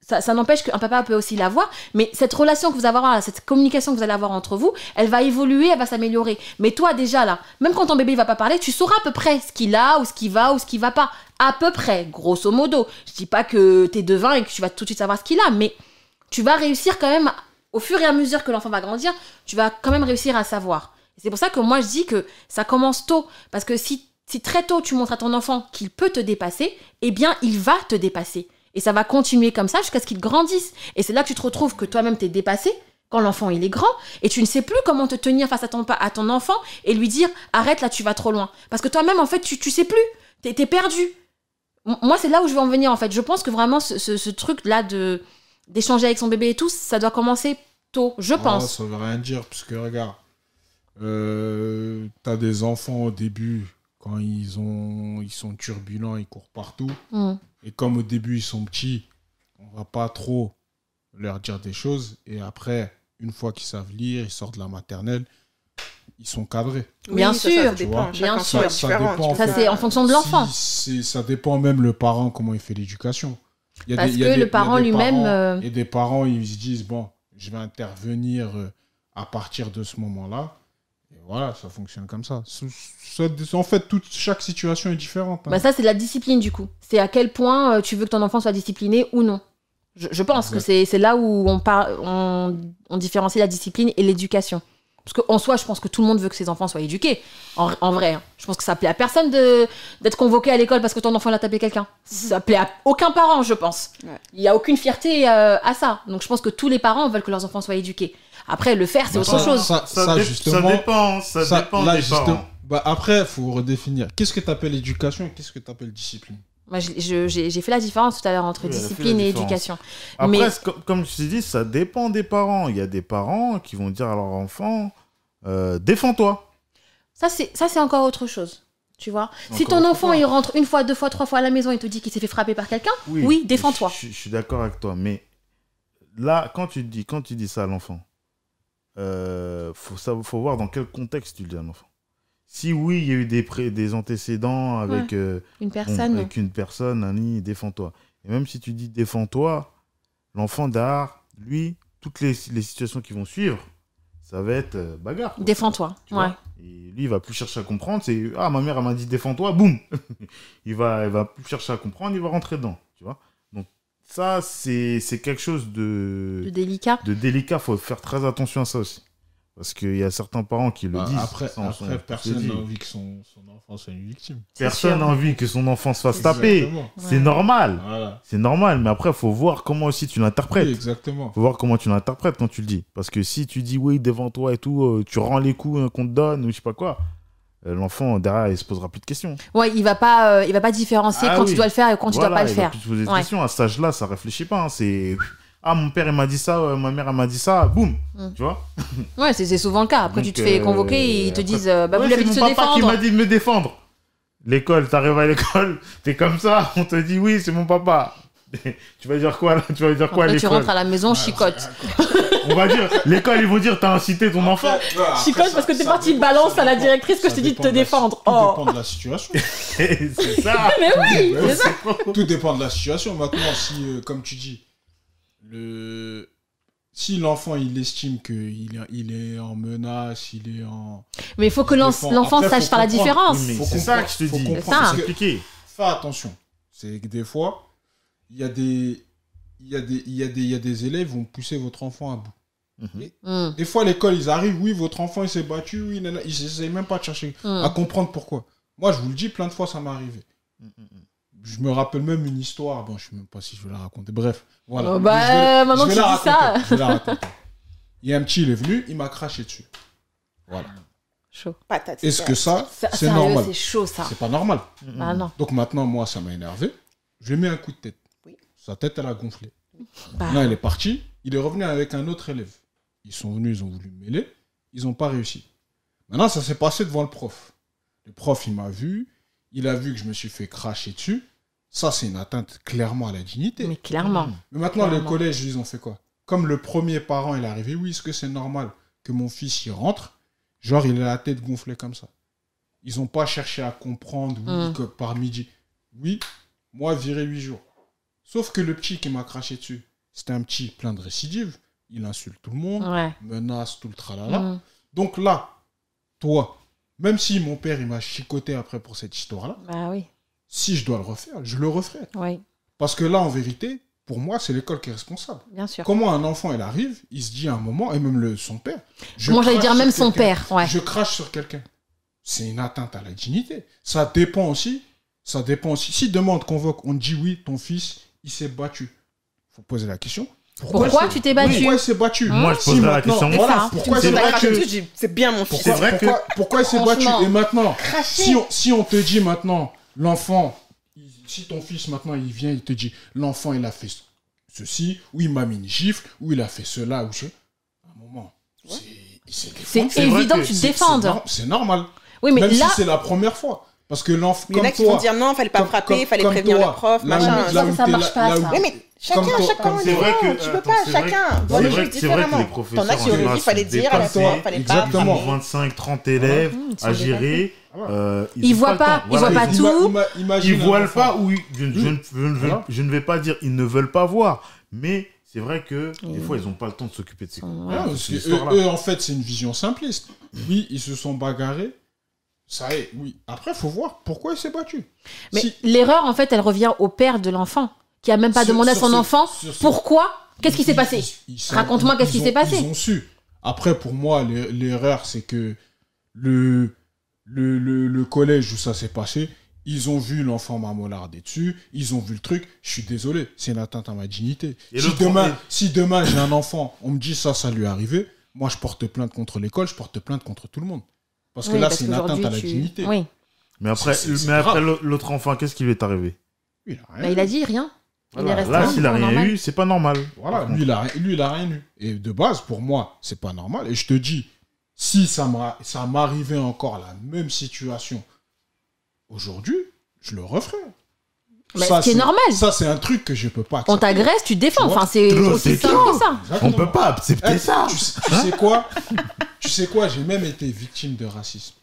S1: ça, ça n'empêche qu'un papa peut aussi l'avoir, mais cette relation que vous allez avoir, cette communication que vous allez avoir entre vous, elle va évoluer, elle va s'améliorer. Mais toi déjà là, même quand ton bébé il va pas parler, tu sauras à peu près ce qu'il a ou ce qui va ou ce qui va pas, à peu près, grosso modo. Je dis pas que t'es devin et que tu vas tout de suite savoir ce qu'il a, mais tu vas réussir quand même, au fur et à mesure que l'enfant va grandir, tu vas quand même réussir à savoir. C'est pour ça que moi je dis que ça commence tôt, parce que si, si très tôt tu montres à ton enfant qu'il peut te dépasser, eh bien il va te dépasser. Et ça va continuer comme ça jusqu'à ce qu'il grandisse. Et c'est là que tu te retrouves que toi-même t'es dépassé quand l'enfant il est grand et tu ne sais plus comment te tenir face à ton, pa- à ton enfant et lui dire arrête là tu vas trop loin. Parce que toi-même en fait tu, tu sais plus, t'es t'es perdu. M- Moi c'est là où je veux en venir en fait. Je pense que vraiment ce, ce- ce truc là de d'échanger avec son bébé et tout, ça doit commencer tôt, je
S2: Ah,
S1: pense.
S2: ça veut rien dire, parce que regarde, euh, t'as des enfants au début, quand ils, ont, ils sont turbulents, ils courent partout.
S1: Mm.
S2: Et comme au début, ils sont petits, on va pas trop leur dire des choses. Et après, une fois qu'ils savent lire, ils sortent de la maternelle, ils sont cadrés.
S3: Oui,
S1: Bien
S3: ça, ça,
S1: sûr.
S3: Ça
S2: Tu
S3: dépend.
S2: vois.
S3: Chaque
S1: Bien
S3: enfant est
S2: sûr. Ça
S3: différent,
S2: dépend.
S3: tu
S1: Ça
S3: peux
S1: c'est
S4: euh,
S3: pas-
S1: en fonction de l'enfant.
S2: Si, c'est- ça dépend même le parent, comment il fait l'éducation. Il y a
S1: Parce
S2: des- il y a
S1: que
S2: des-
S1: le
S2: il y a
S1: parent
S2: des
S1: lui-même,
S2: parents-
S1: euh,
S2: Et des parents, ils se disent, bon, je vais intervenir euh, à partir de ce moment-là. Et voilà, ça fonctionne comme ça. Ce- ce- en fait, toute, chaque situation est différente. hein.
S1: Bah ça, c'est de la discipline du coup. C'est à quel point euh, tu veux que ton enfant soit discipliné ou non. Je, je pense que
S2: Exact.
S1: c'est c'est là où on, par- on, on différencie la discipline et l'éducation. Parce qu'en soi, je pense que tout le monde veut que ses enfants soient éduqués. En, en vrai, hein. je pense que ça plaît à personne de- d'être convoqué à l'école parce que ton enfant il a tapé quelqu'un. Ça plaît à aucun parent, je pense. Il
S3: Ouais.
S1: n'y a aucune fierté euh, à ça. Donc je pense que tous les parents veulent que leurs enfants soient éduqués. Après, le faire, c'est
S2: Bah,
S1: autre
S2: ça-
S4: hein.
S1: chose.
S2: Ça, ça,
S4: dé-
S2: justement,
S4: ça dépend, ça,
S2: Ça,
S4: dépend
S2: là,
S4: des
S2: justement-
S4: parents.
S2: Bah, après, il faut redéfinir. Qu'est-ce que tu appelles éducation et qu'est-ce que tu appelles discipline
S1: Moi, je- je- J'ai j'ai fait la différence tout à l'heure entre
S4: Oui, elle a fait la
S1: discipline et
S4: différence.
S1: éducation.
S4: Après,
S1: Mais-
S4: c'est com- comme je te dis, ça dépend des parents. Il y a des parents qui vont dire à leur enfant euh, défends-toi.
S1: Ça, c'est ça, c'est encore autre chose. Tu vois Si
S4: Encore
S1: ton
S4: autre
S1: enfant,
S4: fois.
S1: il rentre une fois, deux fois, trois fois à la maison et te dit qu'il s'est fait frapper par quelqu'un, Oui,
S4: je-
S1: défends-toi.
S4: Je, je suis d'accord avec toi, mais là, quand tu dis, quand tu dis ça à l'enfant, euh, faut, sav- faut voir dans quel contexte tu le dis à l'enfant. Si oui, il y a eu des, pré- des antécédents avec, euh,
S1: une
S4: bon,
S1: personne.
S4: avec une personne, un nid, défends-toi. Et même si tu dis défends-toi, l'enfant derrière, lui, toutes les, les situations qui vont suivre, ça va être euh, bagarre. quoi.
S1: Défends-toi.
S4: Tu
S1: Ouais.
S4: vois Et lui, il va plus chercher à comprendre. C'est ah ma mère elle m'a dit défends-toi, boum. il va, il va plus chercher à comprendre. Il va rentrer dedans, tu vois. Donc ça, c'est c'est quelque chose
S1: Plus
S4: de
S1: délicat.
S4: de délicat. Faut faire très attention à ça aussi, parce qu'il y a certains parents qui le
S2: Bah,
S4: disent.
S2: après,
S4: sans-
S2: après,
S4: sans- sans se
S2: personne
S4: dire.
S2: n'a envie que son, son enfant soit une victime.
S4: Personne n'a envie que son enfant se fasse taper.
S2: Exactement.
S1: Ouais.
S4: C'est normal.
S2: Voilà.
S4: C'est normal. Mais après, faut voir comment aussi tu
S2: Oui,
S4: l'interprètes.
S2: exactement.
S4: Faut voir comment tu l'interprètes quand tu le dis. Parce que si tu dis oui devant toi et tout, euh, tu rends les coups hein, qu'on te donne ou je sais pas quoi, euh, l'enfant derrière il se posera plus de questions.
S1: Ouais, il va pas, euh, il va pas différencier
S4: Ah
S1: quand
S4: oui.
S1: tu dois le faire et quand tu dois
S4: Voilà,
S1: pas le
S4: il va
S1: faire.
S4: plus se poser de
S1: Ouais.
S4: questions. À cet âge-là, ça réfléchit pas. hein. C'est ah mon père il m'a dit ça, euh, ma mère elle m'a dit ça, boum,
S1: Mm.
S4: tu vois.
S1: Ouais, c'est c'est souvent le cas. Après,
S4: Donc,
S1: tu te fais
S4: euh,
S1: convoquer et ils te
S4: après-
S1: disent, euh, bah,
S4: Ouais,
S1: vous l'avez
S4: c'est
S1: dit de se
S4: mon papa qui m'a
S1: défendre.
S4: dit de me défendre. L'école, t'arrives à l'école, t'es comme ça, on te dit oui c'est mon papa. tu vas dire quoi là Tu vas dire quoi à
S1: Après, tu
S4: l'école
S1: rentres à la maison, chicote.
S4: On va dire l'école, ils vont dire t'as incité ton enfant.
S1: Chicote parce que t'es parti de balance à la directrice que je t'ai dit de te défendre. Oh.
S2: Tout dépend de la situation.
S4: c'est ça.
S1: Mais oui,
S2: Ouais,
S1: c'est ça.
S2: Tout dépend de la situation. Maintenant, si, euh, comme tu dis, le... si l'enfant il estime qu'il est, il est en menace, il est en.
S1: Mais il faut que
S2: Je
S1: l'en-
S2: défends.
S1: l'enfant
S2: Après,
S1: sache
S2: faut
S1: faire la
S2: comprendre.
S1: différence.
S4: Oui, mais
S2: Faut
S4: c'est
S2: comprendre.
S4: ça que je te
S2: Faut
S4: dis.
S2: comprendre.
S1: C'est ça.
S4: C'est
S2: Parce que-
S4: compliqué.
S2: Fais attention. C'est que des fois, il y a des. Il y, a des, il, y a des, il y a des élèves qui vont pousser votre enfant à bout.
S1: Mm,
S2: Des fois, à l'école, ils arrivent, oui, votre enfant, il s'est battu, oui, nanana. ils n'essayent même pas de chercher
S1: mm.
S4: Ah,
S2: à comprendre pourquoi. Moi, je vous le dis, plein de fois, ça m'est arrivé.
S1: mm,
S2: Je me rappelle même une histoire. Bon, je sais même pas si je vais la raconter. Bref, voilà.
S1: Oh, bah,
S2: Mais je vais-
S1: euh, maintenant
S2: je vais
S1: que tu
S2: la
S1: dis ça.
S2: raconter, je vais la raconter. Il y a un petit, il est venu, il m'a craché dessus. Voilà.
S1: Chaud.
S3: Patate.
S2: Est-ce que ça,
S1: Ça-
S2: c'est
S1: sérieux,
S2: normal
S1: C'est chaud ça.
S2: C'est pas normal.
S1: Ah non.
S2: Donc maintenant, moi, ça m'a énervé. Je lui ai mis un coup de tête.
S3: Oui.
S2: Sa tête, elle a gonflé.
S1: Bah.
S2: Là, elle est partie. Il est revenu avec un autre élève. Ils sont venus, ils ont voulu me mêler. Ils n'ont pas réussi. Maintenant, ça s'est passé devant le prof. Le prof, il m'a vu. Il a vu que je me suis fait cracher dessus. Ça, c'est une atteinte clairement à la dignité.
S1: Mais clairement.
S2: Mais maintenant, le
S1: Clairement.
S2: collège, ils ont fait quoi Comme le premier parent, il est arrivé, oui, est-ce que c'est normal que mon fils y rentre Genre, il a la tête gonflée comme ça. Ils n'ont pas cherché à comprendre, oui,
S1: Mm.
S2: que par midi. Oui, moi, viré 8 jours. Sauf que le petit qui m'a craché dessus, c'était un petit plein de récidives. Il insulte tout le monde,
S1: Ouais.
S2: menace tout le tralala.
S1: Mm.
S2: Donc là, toi, même si mon père, il m'a chicoté après pour cette histoire-là,
S1: Bah oui.
S2: si je dois le refaire, je le referai.
S1: Oui,
S2: Parce que là, en vérité, pour moi, c'est l'école qui est responsable.
S1: bien sûr.
S2: Comment un enfant, il arrive, il se dit à un moment, et même le, son père. je
S1: Moi, j'allais
S2: crache
S1: dire
S2: sur
S1: même son
S2: quelqu'un.
S1: père. Ouais.
S2: Je crache sur quelqu'un. C'est une atteinte à la dignité. Ça dépend aussi. Ça dépend aussi. Si demande convoque, on dit oui, ton fils, il s'est battu. Faut poser la question.
S1: Pourquoi tu t'es battu
S2: Pourquoi il s'est battu
S1: Hein
S4: Moi, je
S2: Si
S4: poserais la
S2: maintenant-
S4: question.
S1: C'est
S2: Voilà,
S1: ça.
S2: pourquoi
S4: Tu
S2: c'est
S4: me
S2: vrai
S4: poserais la
S2: que.
S3: que... C'est bien mon fils.
S4: C'est
S2: Pourquoi,
S4: vrai que-
S2: pourquoi, pourquoi il s'est battu
S1: Franchement.
S2: Et maintenant,
S3: Craché.
S2: si on, si on te dit maintenant, l'enfant, il- si ton fils maintenant il vient, il te dit, l'enfant il a fait ceci, ou il m'a mis une gifle, ou il a fait cela, ou je. Un moment.
S3: Ouais.
S2: C'est
S1: C'est
S2: c'est défendre.
S1: évident
S4: que
S1: que tu te
S2: C'est- c'est
S3: hein.
S1: défendes.
S2: nor- C'est normal.
S1: Oui, mais
S2: Même
S1: là,
S2: si c'est la première fois. Parce que l'enfant,
S3: Il y en
S2: comme
S3: a qui vont
S2: toi.
S3: dire non, fallait pas
S2: comme-
S3: frapper,
S2: comme-
S3: fallait
S2: comme
S3: prévenir
S2: toi,
S3: le
S2: là
S3: prof,
S2: où-
S3: machin.
S2: là
S1: Ça,
S2: où
S1: ça
S2: t'es
S1: marche
S2: là-
S1: pas,
S2: là où-
S1: ça.
S3: Oui, mais
S2: Comme
S3: chacun,
S2: toi-
S3: chacun,
S2: comme-
S3: on est
S4: C'est vrai
S3: différent.
S4: que-
S3: Tu peux
S4: attends,
S3: pas,
S4: c'est vrai
S3: chacun
S4: que-
S3: voit
S4: c'est
S3: les
S4: vrai
S3: choses
S4: que- c'est vrai que les
S3: différemment. T'en as
S4: professeurs
S3: qui
S4: en
S3: auraient dit
S4: classe
S3: fallait
S4: sont
S3: dire, elle a
S4: dépassés.
S3: fait, fallait pas.
S4: Ils ont
S2: Exactement.
S4: 25, 30 élèves
S1: Mmh, ils sont
S4: à gérer.
S2: dépassés.
S4: euh,
S1: Ils
S4: ont
S1: voient
S4: le
S1: pas,
S4: temps.
S1: ils voient pas
S4: ils-
S1: tout.
S2: Ima- imagine
S4: Ils
S2: un
S4: voient le
S2: enfant.
S4: pas ou ils- je, je- je- je- je-
S2: Voilà.
S4: je ne vais pas dire ils ne veulent pas voir, mais c'est vrai que des
S1: Mmh.
S4: fois ils n'ont pas le temps de s'occuper de ces
S1: Mmh.
S2: Ah,
S4: de
S2: parce
S4: ces
S2: que eux,
S4: histoires-là.
S2: eux, en fait, c'est une vision simpliste. Oui, ils se sont bagarrés. Ça est, oui. Après, faut voir pourquoi il s'est battu.
S1: mais
S2: Si-
S1: l'erreur, en fait, elle revient au père de l'enfant qui a même pas
S2: sur-
S1: demandé à
S2: sur
S1: son
S2: ce-
S1: enfant
S2: sur ce-
S1: pourquoi, qu'est-ce qui
S2: ils-
S1: s'est passé.
S2: ils- ils sont-
S1: Raconte-moi
S2: ils-
S1: qu'est-ce qui
S2: ils
S1: s'est
S2: ont-
S1: passé.
S2: Ils ont su. Après, pour moi, l'e- l'erreur, c'est que le, le, le, le collège où ça s'est passé, ils ont vu l'enfant marmolarder dessus, ils ont vu le truc. Je suis désolé, c'est une atteinte à ma dignité.
S4: Et
S2: si,
S4: le
S2: demain,
S4: premier-
S2: si demain j'ai un enfant, on me dit ça, ça lui est arrivé, moi je porte plainte contre l'école, je porte plainte contre tout le monde. Parce que
S1: Oui,
S2: là, c'est une
S1: qu'aujourd'hui,
S2: atteinte à la
S1: tu-
S2: dignité.
S1: Oui,
S4: Mais après,
S2: C'est- c'est
S4: mais après
S2: grave.
S4: l'au- l'autre enfant, qu'est-ce qui lui est arrivé
S2: Il a rien
S1: Bah, il a dit rien. Il est
S4: Voilà.
S1: resté
S4: Là,
S1: dans
S4: s'il
S1: le
S4: n'a rien
S1: normal.
S4: eu, c'est pas normal.
S2: Voilà, lui il, a, lui, il a rien eu. Et de base, pour moi, c'est pas normal. Et je te dis, si ça m'a- ça m'arrivait encore la même situation aujourd'hui, je le referais.
S1: Mais
S2: Ça,
S1: ce qui est
S2: c'est-
S1: normal.
S2: Ça, c'est un truc que je peux pas
S1: On
S2: accepter.
S1: t'agresse, tu te défends.
S2: Tu vois,
S1: Enfin, c'est
S4: trop,
S1: aussi
S4: c'est
S1: simple
S4: trop.
S1: que ça.
S4: On
S2: Exactement.
S4: peut pas accepter
S2: Eh,
S4: ça.
S2: Tu, tu sais quoi Tu sais quoi J'ai même été victime de racisme.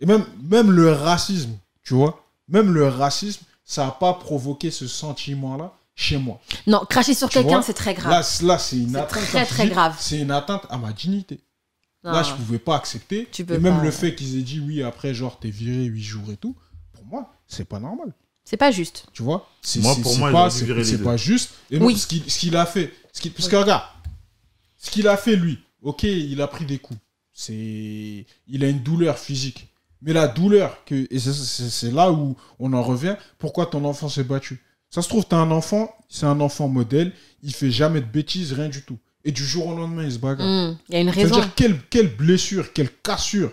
S2: Et même, même le racisme, tu vois, même le racisme, ça n'a pas provoqué ce sentiment-là chez moi.
S1: Non, cracher sur
S2: Tu
S1: quelqu'un,
S2: vois,
S1: c'est très grave.
S2: Là, c- là c'est une
S1: C'est
S2: atteinte.
S1: très,
S2: comme je
S1: très
S2: dis,
S1: grave.
S2: C'est une atteinte à ma dignité.
S1: Non.
S2: Là, je pouvais pas accepter.
S1: Tu peux
S2: et même
S1: pas,
S2: le
S1: ouais.
S2: fait qu'ils aient dit oui, après, genre, t'es viré 8 jours et tout, pour moi, c'est pas normal.
S1: C'est pas juste.
S2: Tu vois C'est
S4: Moi,
S2: c'est-
S4: pour
S2: c'est
S4: moi, ils auraient
S2: pas,
S4: dû
S2: c'est-
S4: virer les
S2: c'est
S4: deux.
S2: pas juste. Et
S1: Oui.
S2: même ce qu'il ce qu'il a fait. Ce qu'il- parce que regarde, ce qu'il a fait, lui, ok, il a pris des coups. C'est, Il a une douleur physique. Mais la douleur, que, et c'est- c'est c'est là où on en revient, pourquoi ton enfant s'est battu Ça se trouve, t'as un enfant, c'est un enfant modèle, il fait jamais de bêtises, rien du tout. Et du jour au lendemain, il se bagarre.
S1: Mm. Il y a une raison.
S2: C'est-à-dire quelle, quelle blessure, quelle cassure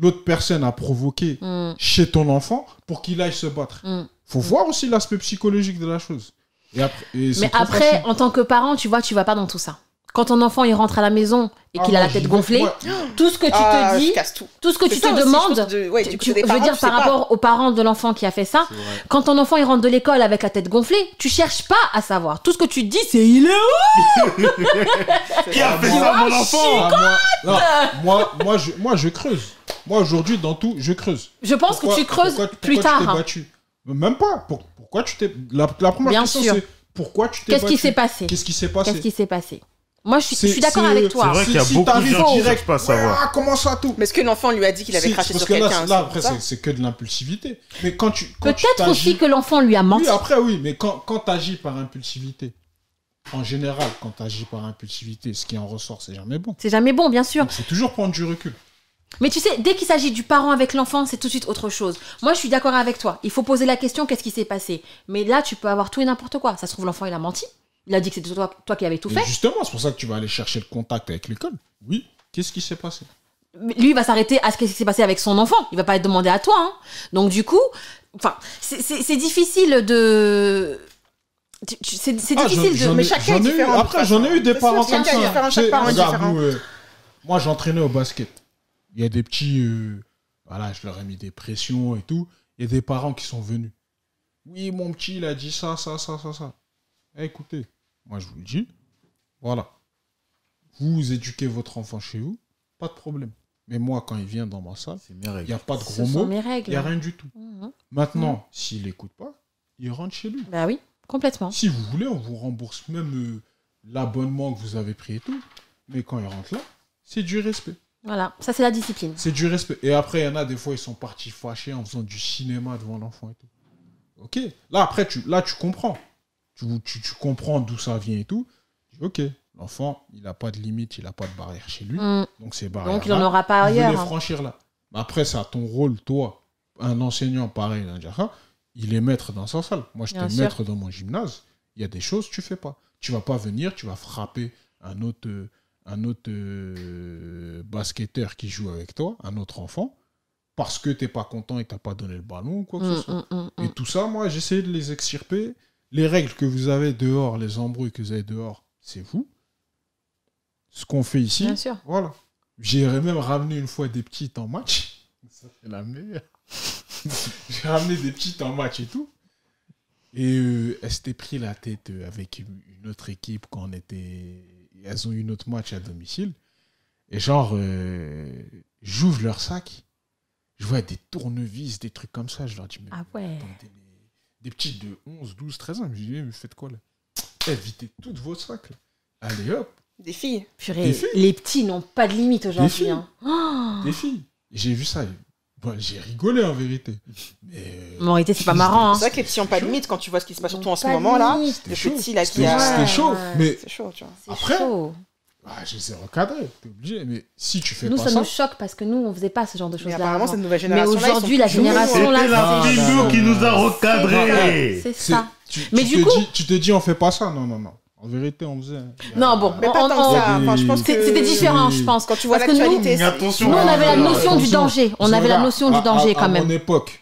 S2: l'autre personne a provoqué
S1: Mm.
S2: chez ton enfant pour qu'il aille se battre.
S1: Mm.
S2: Faut voir aussi l'aspect psychologique de la chose. Et après, et c'est
S1: Mais
S2: trop
S1: après,
S2: facile.
S1: en tant que parent, tu vois, tu vas pas dans tout ça. Quand ton enfant il rentre à la maison et
S2: Ah,
S1: qu'il a
S2: moi,
S1: la
S2: je
S1: tête
S2: dis-
S1: gonflée,
S2: ouais.
S1: tout ce que tu
S3: Ah,
S1: te
S3: je
S1: dis,
S3: casse tout.
S1: tout ce que
S3: C'est
S1: tu
S3: ça
S1: te
S3: aussi, je pense,
S1: demandes,
S3: de- ouais,
S1: tu-
S3: du côté
S1: tu-
S3: des
S1: je veux
S3: parents,
S1: dire
S3: tu
S1: par
S3: sais pas.
S1: rapport aux parents de l'enfant qui a fait ça, quand ton enfant il rentre de l'école avec la tête gonflée, tu cherches pas à savoir. Tout ce que tu dis, c'est il est où
S4: Qui a fait
S2: moi,
S4: ça à mon
S1: ah,
S4: enfant
S2: Ah, moi, non, moi, moi, je, moi, je creuse. Moi, aujourd'hui, dans tout, je creuse.
S1: Je pense
S2: Pourquoi-
S1: que tu creuses
S2: pourquoi- pourquoi
S1: plus
S2: tu t'es
S1: tard. hein.
S2: battu Même pas. Pour- pourquoi tu t'es. La, la première
S1: Bien
S2: question,
S1: sûr.
S2: c'est pourquoi tu t'es
S1: Qu'est-ce
S2: battu
S1: qui s'est passé
S2: Qu'est-ce qui s'est passé
S1: Qu'est-ce qui s'est passé Moi, je suis, je
S2: C'est-
S1: suis d'accord
S2: c'est-
S1: avec
S4: C'est
S1: toi.
S4: vrai
S2: Si-
S4: qu'il y a
S2: si
S4: beaucoup de
S2: t'arrives
S4: gens qui
S2: faux.
S4: ne cherchent pas à savoir.
S2: Ah, comment ça, tout
S3: Mais est-ce que l'enfant lui a dit qu'il avait
S2: Si,
S3: craché
S2: parce
S3: sur
S2: que là,
S3: quelqu'un
S2: là,
S3: c'est
S2: après,
S3: ça
S2: c'est- c'est que de l'impulsivité. Mais quand tu. quand tu
S1: Peut-être
S2: t'agis-
S1: aussi que l'enfant lui a menti.
S2: Oui, après, oui, mais quand, quand tu agis par impulsivité, en général, quand tu agis par impulsivité, ce qui en ressort, c'est jamais bon.
S1: C'est jamais bon, bien sûr.
S2: Donc, C'est toujours prendre du recul.
S1: Mais tu sais, dès qu'il s'agit du parent avec l'enfant, c'est tout de suite autre chose. Moi, je suis d'accord avec toi. Il faut poser la question, qu'est-ce qui s'est passé Mais là, tu peux avoir tout et n'importe quoi. Ça se trouve, l'enfant, il a menti. Il a dit que c'était toi, toi qui avais tout
S2: Et
S1: fait.
S2: justement, c'est pour ça que tu vas aller chercher le contact avec l'école. Oui, qu'est-ce qui s'est passé
S1: Mais Lui, il va s'arrêter à ce qu'est-ce qui s'est passé avec son enfant. Il va pas être demandé à toi. hein. Donc, du coup, enfin, c'est- c'est c'est difficile de... tu- tu- C'est c'est
S2: Ah, j'en-
S1: difficile
S2: j'en
S1: de...
S2: ai-
S3: mais chacun est
S2: j'en ai eu-
S3: différent, de
S2: Après,
S3: toute
S2: j'en ai eu
S3: façon.
S2: des
S3: C'est
S2: parents
S3: sûr,
S2: comme
S3: chacun est
S2: ça.
S3: différent,
S2: Tu sais,
S3: chaque parent est
S2: regarde,
S3: différent.
S2: nous, euh, moi, j'entraînais au basket. Il y a des petits. euh, voilà, je leur ai mis des pressions et tout. Il y a des parents qui sont venus. Oui, mon petit, il a dit ça, ça, ça, ça, ça. Eh, écoutez, moi, je vous le dis. Voilà. Vous éduquez votre enfant chez vous, pas de problème. Mais moi, quand il vient dans ma salle,
S4: C'est mes
S2: il
S4: règles.
S2: n'y a pas de
S1: Ce
S2: gros
S1: sont
S2: mots,
S1: mes
S2: il n'y a
S1: règles.
S2: rien du tout.
S1: Mhm.
S2: Maintenant,
S3: Mm.
S2: s'il n'écoute pas, il rentre chez lui.
S1: Bah oui, complètement.
S2: Si vous voulez, on vous rembourse même euh, l'abonnement que vous avez pris et tout. Mais quand ils rentrent là, c'est du respect.
S1: Voilà, ça, c'est la discipline.
S2: C'est du respect. Et après, il y en a des fois, ils sont partis fâchés en faisant du cinéma devant l'enfant et tout. Ok. Là, après, tu, là, tu comprends. Tu, tu, tu comprends d'où ça vient et tout. Tu dis, ok, l'enfant, il n'a pas de limite, il n'a pas de barrière chez lui.
S1: Mm.
S2: Donc, ces barrières.
S1: Donc, il en aura pas
S2: Il veut les
S1: ailleurs. hein.
S2: franchir là. Mais après, c'est à ton rôle, toi, un enseignant pareil, un Jaffa, il est maître dans sa salle. Moi,
S1: Bien
S2: j'étais
S1: sûr.
S2: maître dans mon gymnase. Il y a des choses, tu fais pas. Tu vas pas venir, tu vas frapper un autre, euh, un autre euh, basketteur qui joue avec toi, un autre enfant, parce que t'es pas content et t'as pas donné le ballon ou quoi que
S1: Mm,
S2: ce soit.
S1: mm, mm, mm.
S2: Et tout ça, moi, j'essayais de les extirper. Les règles que vous avez dehors, les embrouilles que vous avez dehors, c'est vous. Ce qu'on fait ici,
S1: Bien sûr.
S2: voilà. J'ai même ramené une fois des petites en match. Ça, c'est la meilleure. J'ai ramené des petites en match et tout. Et euh, elles s'étaient pris la tête euh, avec une une autre équipe quand on était. Elles ont eu notre match à domicile. Et genre, euh, j'ouvre leur sac. Je vois des tournevis, des trucs comme ça. Je leur dis, mais
S1: Ah ouais.
S2: attendez, mais- des petites de 11, 12, 13 ans. Je dis, mais faites quoi là Eh, videz toutes vos sacs. là. Allez hop,
S3: Des filles.
S1: Purée,
S2: Des filles.
S1: les petits n'ont pas de limite aujourd'hui.
S2: filles.
S1: hein. Oh
S2: des filles. J'ai vu ça. et- bon, j'ai rigolé en vérité. Mais.
S1: Mais en réalité, c'est pas marrant.
S3: C'est
S1: hein.
S3: vrai que les petits ont pas de
S2: chaud.
S3: limite quand tu vois ce qui se passe surtout en ce
S1: Pas de
S3: moment-là.
S1: limite.
S2: c'était
S3: le
S2: chaud.
S3: petit, là, qui
S2: C'était-
S3: a-
S2: C'était chaud.
S1: Ouais.
S2: Mais
S3: C'est chaud, tu vois.
S1: C'est
S2: Après,
S1: chaud.
S2: ah, je les ai recadrés. T'es obligé. Mais si tu fais
S1: Nous,
S2: pas
S1: ça
S2: ça.
S1: nous choque parce que nous, on faisait pas ce genre de
S3: Mais
S1: choses-là.
S3: apparemment,
S1: avant.
S3: cette nouvelle
S1: Mais
S3: génération.
S1: aujourd'hui, la génération
S4: C'était
S1: là,
S4: la
S2: c'est-
S4: figure qui nous a
S1: c'est-
S4: recadrés.
S1: c'est
S2: c'est-
S1: ça.
S2: Tu,
S1: Mais
S2: tu
S1: du
S2: te
S1: coup-
S2: dis- tu te dis, on fait pas ça. Non, non, non. En vérité, on faisait. hein. Il y a-
S1: Non, bon.
S2: il y
S3: Mais
S2: a-
S3: pas tant
S1: On-
S3: que ça. Enfin, je pense
S1: C'est-
S3: que-
S1: C'était hein. différent, je pense.
S3: Quand tu vois
S1: Parce que nous-
S3: l'actualité. c'est-
S4: Attention.
S1: Nous, on avait la
S2: Voilà,
S1: notion du
S2: ah, attention.
S1: danger. On
S2: Parce
S1: avait
S2: que
S1: la
S2: regarde,
S1: notion
S2: à-
S1: du danger
S2: à-
S1: quand
S2: À mon
S1: même.
S2: époque,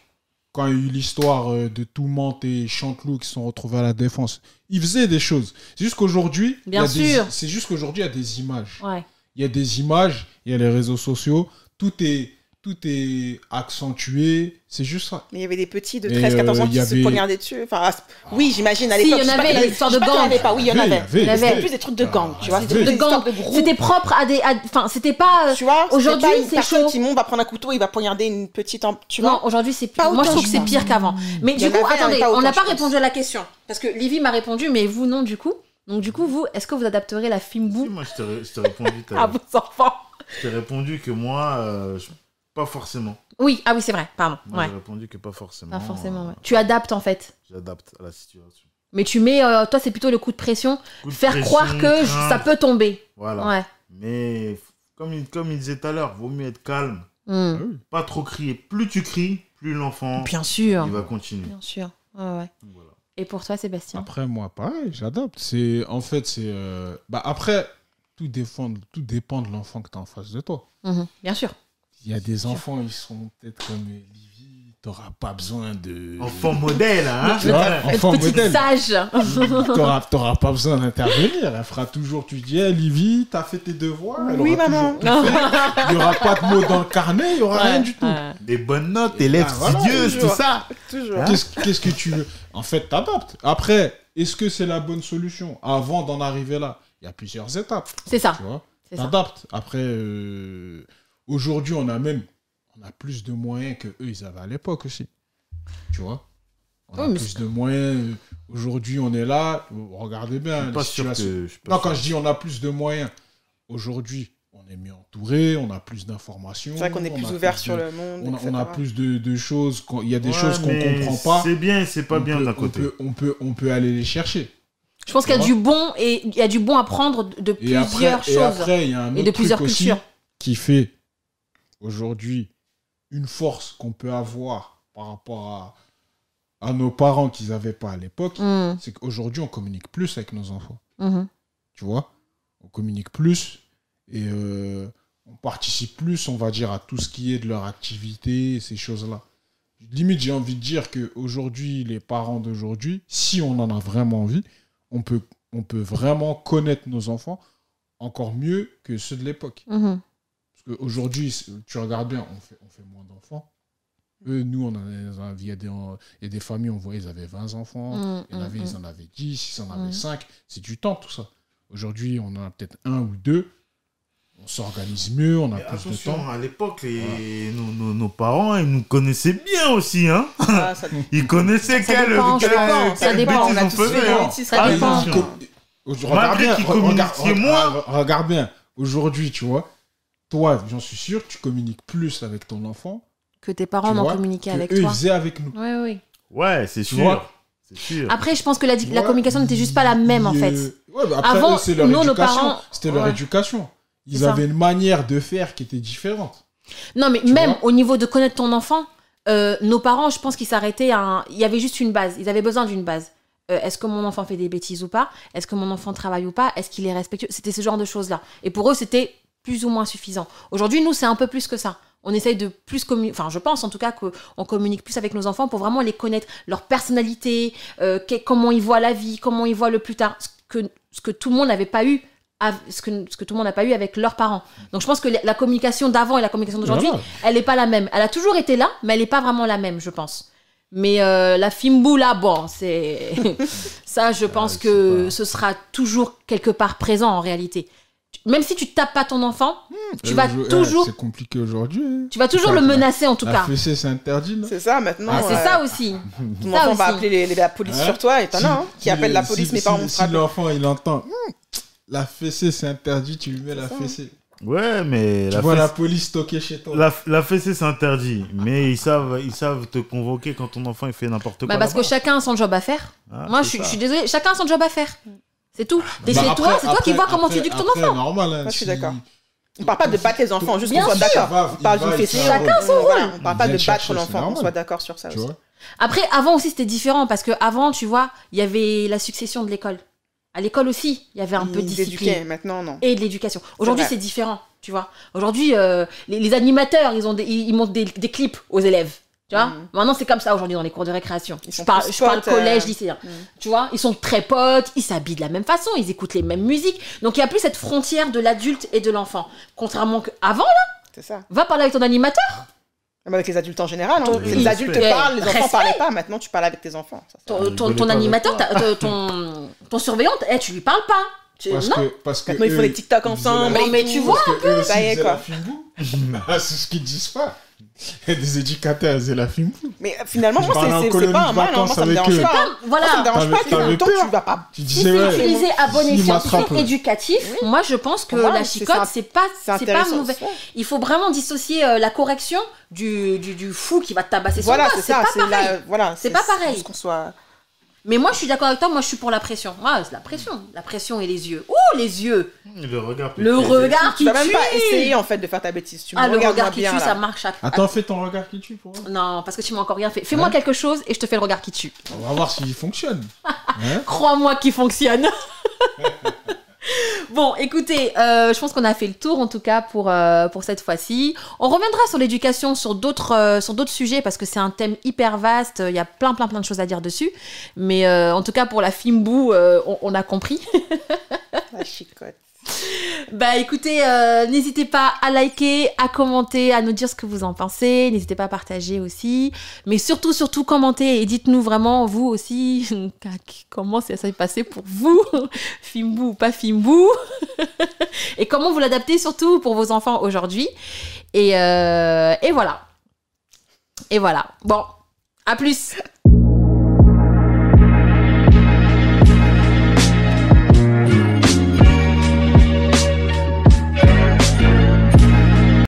S2: quand il y a eu l'histoire euh, de Toumante et Chanteloup qui se sont retrouvés à la défense, ils faisaient des choses. C'est juste qu'aujourd'hui, il y a
S1: Bien
S2: des-
S1: sûr.
S2: c'est juste qu'aujourd'hui, il y a des images.
S1: Ouais.
S2: Il il y a des images, il y a les réseaux sociaux, tout est, tout est accentué, c'est juste ça.
S3: Mais il y avait des petits de
S2: Et,
S3: 13-14 ans
S2: euh,
S3: qui
S2: y
S3: se
S2: avait-
S3: poignardaient dessus. Enfin, à ce- oui, j'imagine à
S1: Oh. Si,
S3: l'époque.
S1: il y en
S3: je sais pas
S1: avait,
S3: qu'il
S1: la histoire de
S3: je sais pas qu'il y en
S1: gang.
S3: avait pas, oui, il y en avait.
S1: Il y en avait.
S3: C'était plus des trucs de gang,
S2: Ah,
S3: tu vois.
S2: il y
S3: C'était
S2: avait.
S3: plus des
S1: De gang.
S3: histoires de groupe.
S1: C'était propre à des. à- Enfin, c'était pas. euh,
S3: Tu vois,
S1: Aujourd'hui,
S3: c'était pas une
S1: c'est
S3: personne
S1: chaud.
S3: qui monte va prendre un couteau, il va poignarder une petite. em- Tu vois
S1: non, aujourd'hui, c'est
S3: Pas
S1: Moi, je
S3: autant,
S1: trouve que
S3: je
S1: c'est
S3: crois.
S1: pire qu'avant. Mais
S3: Il y
S1: du
S3: en
S1: coup,
S3: avait, mais
S1: attendez,
S3: pas
S1: on
S3: autant,
S1: n'a
S3: je
S1: pas
S3: pense.
S1: répondu à la question. Parce que Livy m'a répondu, mais vous, non, du coup. Donc, du coup, vous, est-ce que vous adapterez la film
S4: Si,
S1: Boo
S4: moi, je t'ai ré- je t'ai répondu, t'as-
S1: à vos enfants
S4: je t'ai répondu que moi, euh, je- pas forcément.
S1: Oui, ah oui, c'est vrai, pardon.
S4: Moi,
S1: Ouais.
S4: j'ai répondu que pas forcément.
S1: Pas forcément,
S4: euh,
S1: ouais. Tu adaptes, en fait.
S4: J'adapte à la situation.
S1: Mais tu mets, euh, toi, c'est plutôt le coup de pression,
S4: Coup de
S1: faire
S4: pression,
S1: croire que je-
S4: crainte,
S1: ça peut tomber.
S4: Voilà.
S1: Ouais.
S4: Mais f- comme il, comme il disait tout à l'heure, vaut mieux être calme,
S2: Ah
S1: Hmm.
S4: pas trop crier. Plus tu cries, plus l'enfant
S1: Bien sûr.
S4: il va continuer.
S1: hein. Bien sûr. Ouais, ouais.
S4: Voilà.
S1: Et pour toi, Sébastien
S2: Après, moi, pareil, j'adapte. C'est, en fait, c'est. euh, bah, après, tout dépend, tout dépend de l'enfant que tu as en face de toi.
S1: Mhm. Bien sûr.
S2: Il y a des enfants, ils sont peut-être comme Livy, t'auras pas besoin de.
S4: Enfant modèle, hein
S2: Tu vois, enfant
S1: Petite
S2: modèle.
S1: sage.
S2: T'auras t'auras pas besoin d'intervenir. Elle fera toujours, tu dis, eh, Livy, t'as fait tes devoirs. Elle
S3: Oui,
S2: aura
S3: maman.
S2: toujours tout fait. Il y aura pas de mots dans le carnet, il y aura rien du tout.
S1: Ouais.
S4: Des bonnes notes, élèves
S2: Ah, voilà,
S4: studieuses, tout
S3: toujours.
S4: ça.
S3: Toujours.
S2: Qu'est-ce qu'est-ce que tu veux En fait, t'adaptes. Après, est-ce que c'est la bonne solution Avant d'en arriver là, il y a plusieurs étapes.
S1: C'est ça.
S2: Tu vois
S1: C'est ça.
S2: T'adaptes. Après, euh, aujourd'hui, on a même on a plus de moyens que eux ils avaient à l'époque aussi. Tu vois On a
S1: Oui, mais
S2: plus de moyens. euh, Aujourd'hui, on est là. euh, Regardez bien.
S4: Je suis
S2: les
S4: pas sûr
S2: situations.
S4: que- je suis pas
S2: Non,
S4: sûr.
S2: quand je dis on a plus de moyens, aujourd'hui, on est mieux entouré, on a plus d'informations.
S3: C'est vrai qu'on est
S2: on a
S3: plus ouvert
S2: de-
S3: sur le monde.
S2: On a,
S3: etc.
S2: on a plus de, de choses. qu'on- Il y a des
S4: Ouais,
S2: choses qu'on
S4: mais
S2: comprend pas.
S4: C'est bien, et c'est pas
S2: On
S4: bien
S2: peut-
S4: d'un côté.
S2: On peut, on, peut, on peut aller les chercher.
S1: Je pense qu'il y a
S2: Ouais.
S1: du bon et il y a du bon à prendre de de
S2: Hein Et après,
S1: plusieurs
S2: et
S1: choses.
S2: après, il y a un
S1: Et
S2: autre
S1: de plusieurs
S2: truc aussi
S1: cultures.
S2: qui fait aujourd'hui une force qu'on peut avoir par rapport à, à nos parents qu'ils n'avaient pas à
S3: Mm.
S2: l'époque,
S1: Mhm.
S2: c'est qu'aujourd'hui on communique plus avec nos enfants.
S1: Mhm.
S2: Tu vois On communique plus et euh, on participe plus, on va dire, à tout ce qui est de leur activité, ces choses-là. Limite, j'ai envie de dire qu'aujourd'hui, les parents d'aujourd'hui, si on en a vraiment envie, on peut, on peut vraiment connaître nos enfants encore mieux que ceux de l'époque.
S1: Mhm.
S2: Parce qu'aujourd'hui, c'est- tu regardes bien, on fait, on fait moins d'enfants. Eux, nous, on en a, il, y a des, il y a des familles, on voyait, ils avaient 20 enfants.
S1: Mhm.
S2: Oh, Il hein. y en avait, ils en avaient 10, ils en avaient
S1: Mhm.
S2: 5. C'est du temps, tout ça. Aujourd'hui, on en a peut-être un ou deux. On s'organise mieux, on a
S4: Mais
S2: plus de
S4: attention,
S2: temps.
S4: à l'époque, les- nos, nos- nos parents, ils nous connaissaient bien aussi, hein
S3: Ah, ça-
S4: Ils connaissaient
S1: Ça
S4: quelle
S1: dépend,
S4: quelle-
S1: ça dépend, ça
S4: quelle
S1: dépend,
S4: bêtise
S3: on a
S4: on
S3: tous fait
S4: faisait,
S3: des
S4: hein.
S3: bêtises,
S1: ça dépend.
S2: Ah,
S4: Attention.
S2: Regarde bien,
S4: qu'ils
S2: re- regarde,
S4: communiquaient
S2: re-
S4: moins.
S2: re- regarde bien. Aujourd'hui, tu vois, toi, j'en suis sûr, tu communiques plus avec ton enfant
S1: Que tes
S2: tu
S1: parents m'ont
S2: vois,
S1: communiqué
S2: que
S1: avec
S2: eux,
S1: toi.
S2: ils faisaient avec nous.
S1: Oui, oui.
S4: Ouais, c'est
S2: Tu
S4: sûr.
S2: vois
S4: C'est sûr.
S1: Après, je pense que la, di- la
S2: Ouais,
S1: communication n'était juste pas la même en
S2: mais,
S1: fait.
S2: euh, ouais, bah après,
S1: Avant,
S2: eux, c'est leur
S1: nous, nos
S2: éducation.
S1: parents-
S2: C'était leur
S1: Ouais.
S2: éducation. Ils
S1: C'est ça.
S2: avaient une manière de faire qui était différente.
S1: Non, mais
S2: Tu
S1: même
S2: vois
S1: au niveau de connaître ton enfant, euh, nos parents, je pense qu'ils s'arrêtaient à un... Il y avait juste une base. Ils avaient besoin d'une base. Euh, Est-ce que mon enfant fait des bêtises ou pas Est-ce que mon enfant travaille ou pas Est-ce qu'il est respectueux C'était ce genre de choses-là. Et pour eux, c'était plus ou moins suffisant. Aujourd'hui, nous, c'est un peu plus que ça. On essaye de plus communiquer, enfin je pense en tout cas qu'on communique plus avec nos enfants pour vraiment les connaître, leur personnalité, euh, que- comment ils voient la vie, comment ils voient le plus tard, ce que, ce que tout le monde n'avait pas eu, av- ce, que, ce que tout le monde n'a pas eu avec leurs parents. Donc je pense que la- la communication d'avant et la communication d'aujourd'hui,
S2: Voilà.
S1: elle n'est pas la même. Elle a toujours été là, mais elle n'est pas vraiment la même, je pense. Mais euh, la Fimbou, là, bon, c'est. ça, je pense
S4: je sais
S1: que
S4: pas.
S1: ce sera toujours quelque part présent en réalité. Tu- Même si tu tapes pas ton enfant, tu vas
S2: je- eh,
S1: toujours,
S2: C'est compliqué aujourd'hui. hein.
S1: tu vas toujours le
S2: la-
S1: menacer en tout
S2: La
S1: cas.
S2: fessée, c'est interdit, non
S3: C'est ça maintenant.
S1: Ah, c'est
S3: euh,
S1: ça aussi.
S3: Ton
S1: Ça
S3: enfant va
S1: aussi.
S3: appeler les- les- la police
S2: Ouais.
S3: sur toi et t'en as un hein,
S2: Si-
S3: qui
S2: si
S3: appelle
S2: le-
S3: la police,
S2: si-
S3: mais
S2: si-
S3: pas on
S2: Si l'enfant, il entend. Hum, La fessée, c'est interdit, tu lui mets la
S3: ça.
S2: fessée.
S4: Ouais, mais
S2: Tu
S4: la
S2: vois
S4: fesse-
S2: la police stocker chez toi.
S4: La, la fessée, c'est interdit, mais ils savent, ils savent te convoquer quand ton enfant il fait n'importe quoi.
S1: Bah, parce que
S4: là-bas.
S1: chacun a son job à faire.
S4: Ah,
S1: Moi, je
S4: c'est
S1: suis,
S4: ça.
S1: je suis désolée, chacun a son job à faire. C'est tout. Et
S2: Bah,
S1: c'est
S2: après-
S1: toi, c'est toi qui
S2: après-
S1: vois comment tu
S2: après-
S1: éduques ton
S2: après,
S1: enfant.
S2: normal. hein,
S3: Moi, je suis
S2: si-
S3: d'accord. On parle pas de battre les enfants, juste qu'on
S1: Bien
S3: soit
S1: sûr.
S2: Il
S3: d'accord.
S2: va-
S3: On parle
S2: il va,
S3: d'une
S2: il
S3: fessée.
S2: fait un
S3: Chacun son rôle. On
S2: Il
S3: parle pas
S2: vient
S3: de battre
S2: chercher, c'est
S3: l'enfant, on
S2: normal.
S3: soit d'accord sur ça
S2: Tu
S3: aussi.
S2: vois
S1: Après, avant aussi, c'était différent parce que avant, tu vois, il y avait la succession de l'école. À l'école aussi, il y avait un peu de
S3: Ils éduquaient,
S1: discipline
S3: maintenant non.
S1: et de l'éducation. Aujourd'hui,
S3: vrai.
S1: c'est différent, tu vois. Aujourd'hui, euh, les, les animateurs, ils ont des- ils, ils montent des, des clips aux élèves. Tu vois
S3: Mhm.
S1: Maintenant, c'est comme ça aujourd'hui dans les cours de récréation.
S3: Ils
S1: Je
S3: sont
S1: parle,
S3: plus
S1: je parle
S3: potes, euh,
S1: collège, lycée. hein.
S3: mhm.
S1: Tu vois Ils sont très potes, ils s'habillent de la même façon, ils écoutent les mêmes musiques. Donc, il n'y a plus cette frontière de l'adulte et de l'enfant. Contrairement qu'avant, là,
S3: C'est ça.
S1: va parler avec ton animateur.
S3: Même avec les adultes en général. hein.
S4: Oui,
S3: Les adultes
S1: respect.
S3: parlent, les enfants
S1: Respect.
S3: parlaient pas. Maintenant, tu parles avec tes enfants. Ça, ça-
S1: Ton,
S4: Ah,
S1: ton- ton
S4: rigolez pas,
S1: animateur, t'as- euh, ton, ton surveillant, eh, tu lui parles pas. Tu-
S2: Parce
S1: non,
S2: que, parce que
S3: Maintenant, ils font
S2: eux,
S3: des TikTok hein.
S2: ils faisaient
S3: ensemble.
S2: la-
S1: mais tu vois,
S2: parce que eux aussi,
S3: Ça y est,
S2: ils faisaient
S3: quoi.
S2: la Fimbo. Ah, c'est ce qu'ils disent pas. Il y a des éducateurs, c'est la film.
S3: Mais euh, finalement,
S2: Je
S3: moi,
S2: parlais en
S3: c'est- c'est
S2: colonie
S3: c'est pas un
S2: de
S3: mal. hein. Moi,
S2: vacances
S3: ça me
S2: avec
S3: dérange
S2: eux.
S3: pas. hein.
S1: voilà.
S3: Moi, ça me dérange
S2: T'avais-
S3: pas.
S2: t'avais
S3: que le temps,
S2: peur.
S3: tu vas pas.
S2: Tu
S1: Si
S2: disais,
S1: c'est
S2: ouais,
S1: utilisé à bon
S2: s'il
S1: escient, si
S2: m'attrape.
S1: c'est éducatif, moi je pense que
S3: Moi,
S1: la
S3: Ah c'est
S1: chicote,
S3: ça.
S1: c'est pas,
S3: C'est
S1: c'est pas
S3: intéressant.
S1: mauvais. Il faut vraiment dissocier euh, la correction du, du, du fou qui va te tabasser sur
S3: Voilà,
S1: toi.
S3: c'est
S1: C'est
S3: ça.
S1: pas
S3: c'est
S1: pareil.
S3: la- Voilà,
S1: C'est pas pareil.
S3: juste qu'on soit.
S1: Mais moi, je suis d'accord avec toi. Moi, je suis pour la pression. Moi, c'est la pression. La pression et les yeux. Oh, les yeux
S4: Le regard. peut
S1: Le
S4: être-
S1: regard qui
S3: Tu vas même pas
S1: tue
S3: essayer en fait de faire ta bêtise. Tu me
S1: Ah, le
S3: regardes moi
S1: regard qui
S3: bien
S1: tue, ça
S3: là.
S1: marche chaque...
S2: Attends, fais ton regard qui tue pour eux.
S1: Non, parce que tu m'as encore rien fait. Fais-moi
S2: Hein
S1: quelque chose et je te fais le regard qui tue.
S2: On va voir s'il fonctionne. Hein
S1: Crois-moi qu'il fonctionne. bon, écoutez, euh, je pense qu'on a fait le tour en tout cas pour, euh, pour cette fois-ci. On reviendra sur l'éducation, sur d'autres euh, sur d'autres sujets parce que c'est un thème hyper vaste. Il y a plein plein plein de choses à dire dessus. Mais euh, en tout cas pour la Fimbou, euh, on, on a compris.
S3: La Ah, chicote.
S1: Bah écoutez, euh, n'hésitez pas à liker, à commenter, à nous dire ce que vous en pensez. N'hésitez pas à partager aussi. Mais surtout, surtout, commentez et dites-nous vraiment, vous aussi, comment ça s'est passé pour vous Fimbou ou pas Fimbou Et comment vous l'adaptez surtout pour vos enfants aujourd'hui et, euh, et voilà. Et voilà. Bon, à plus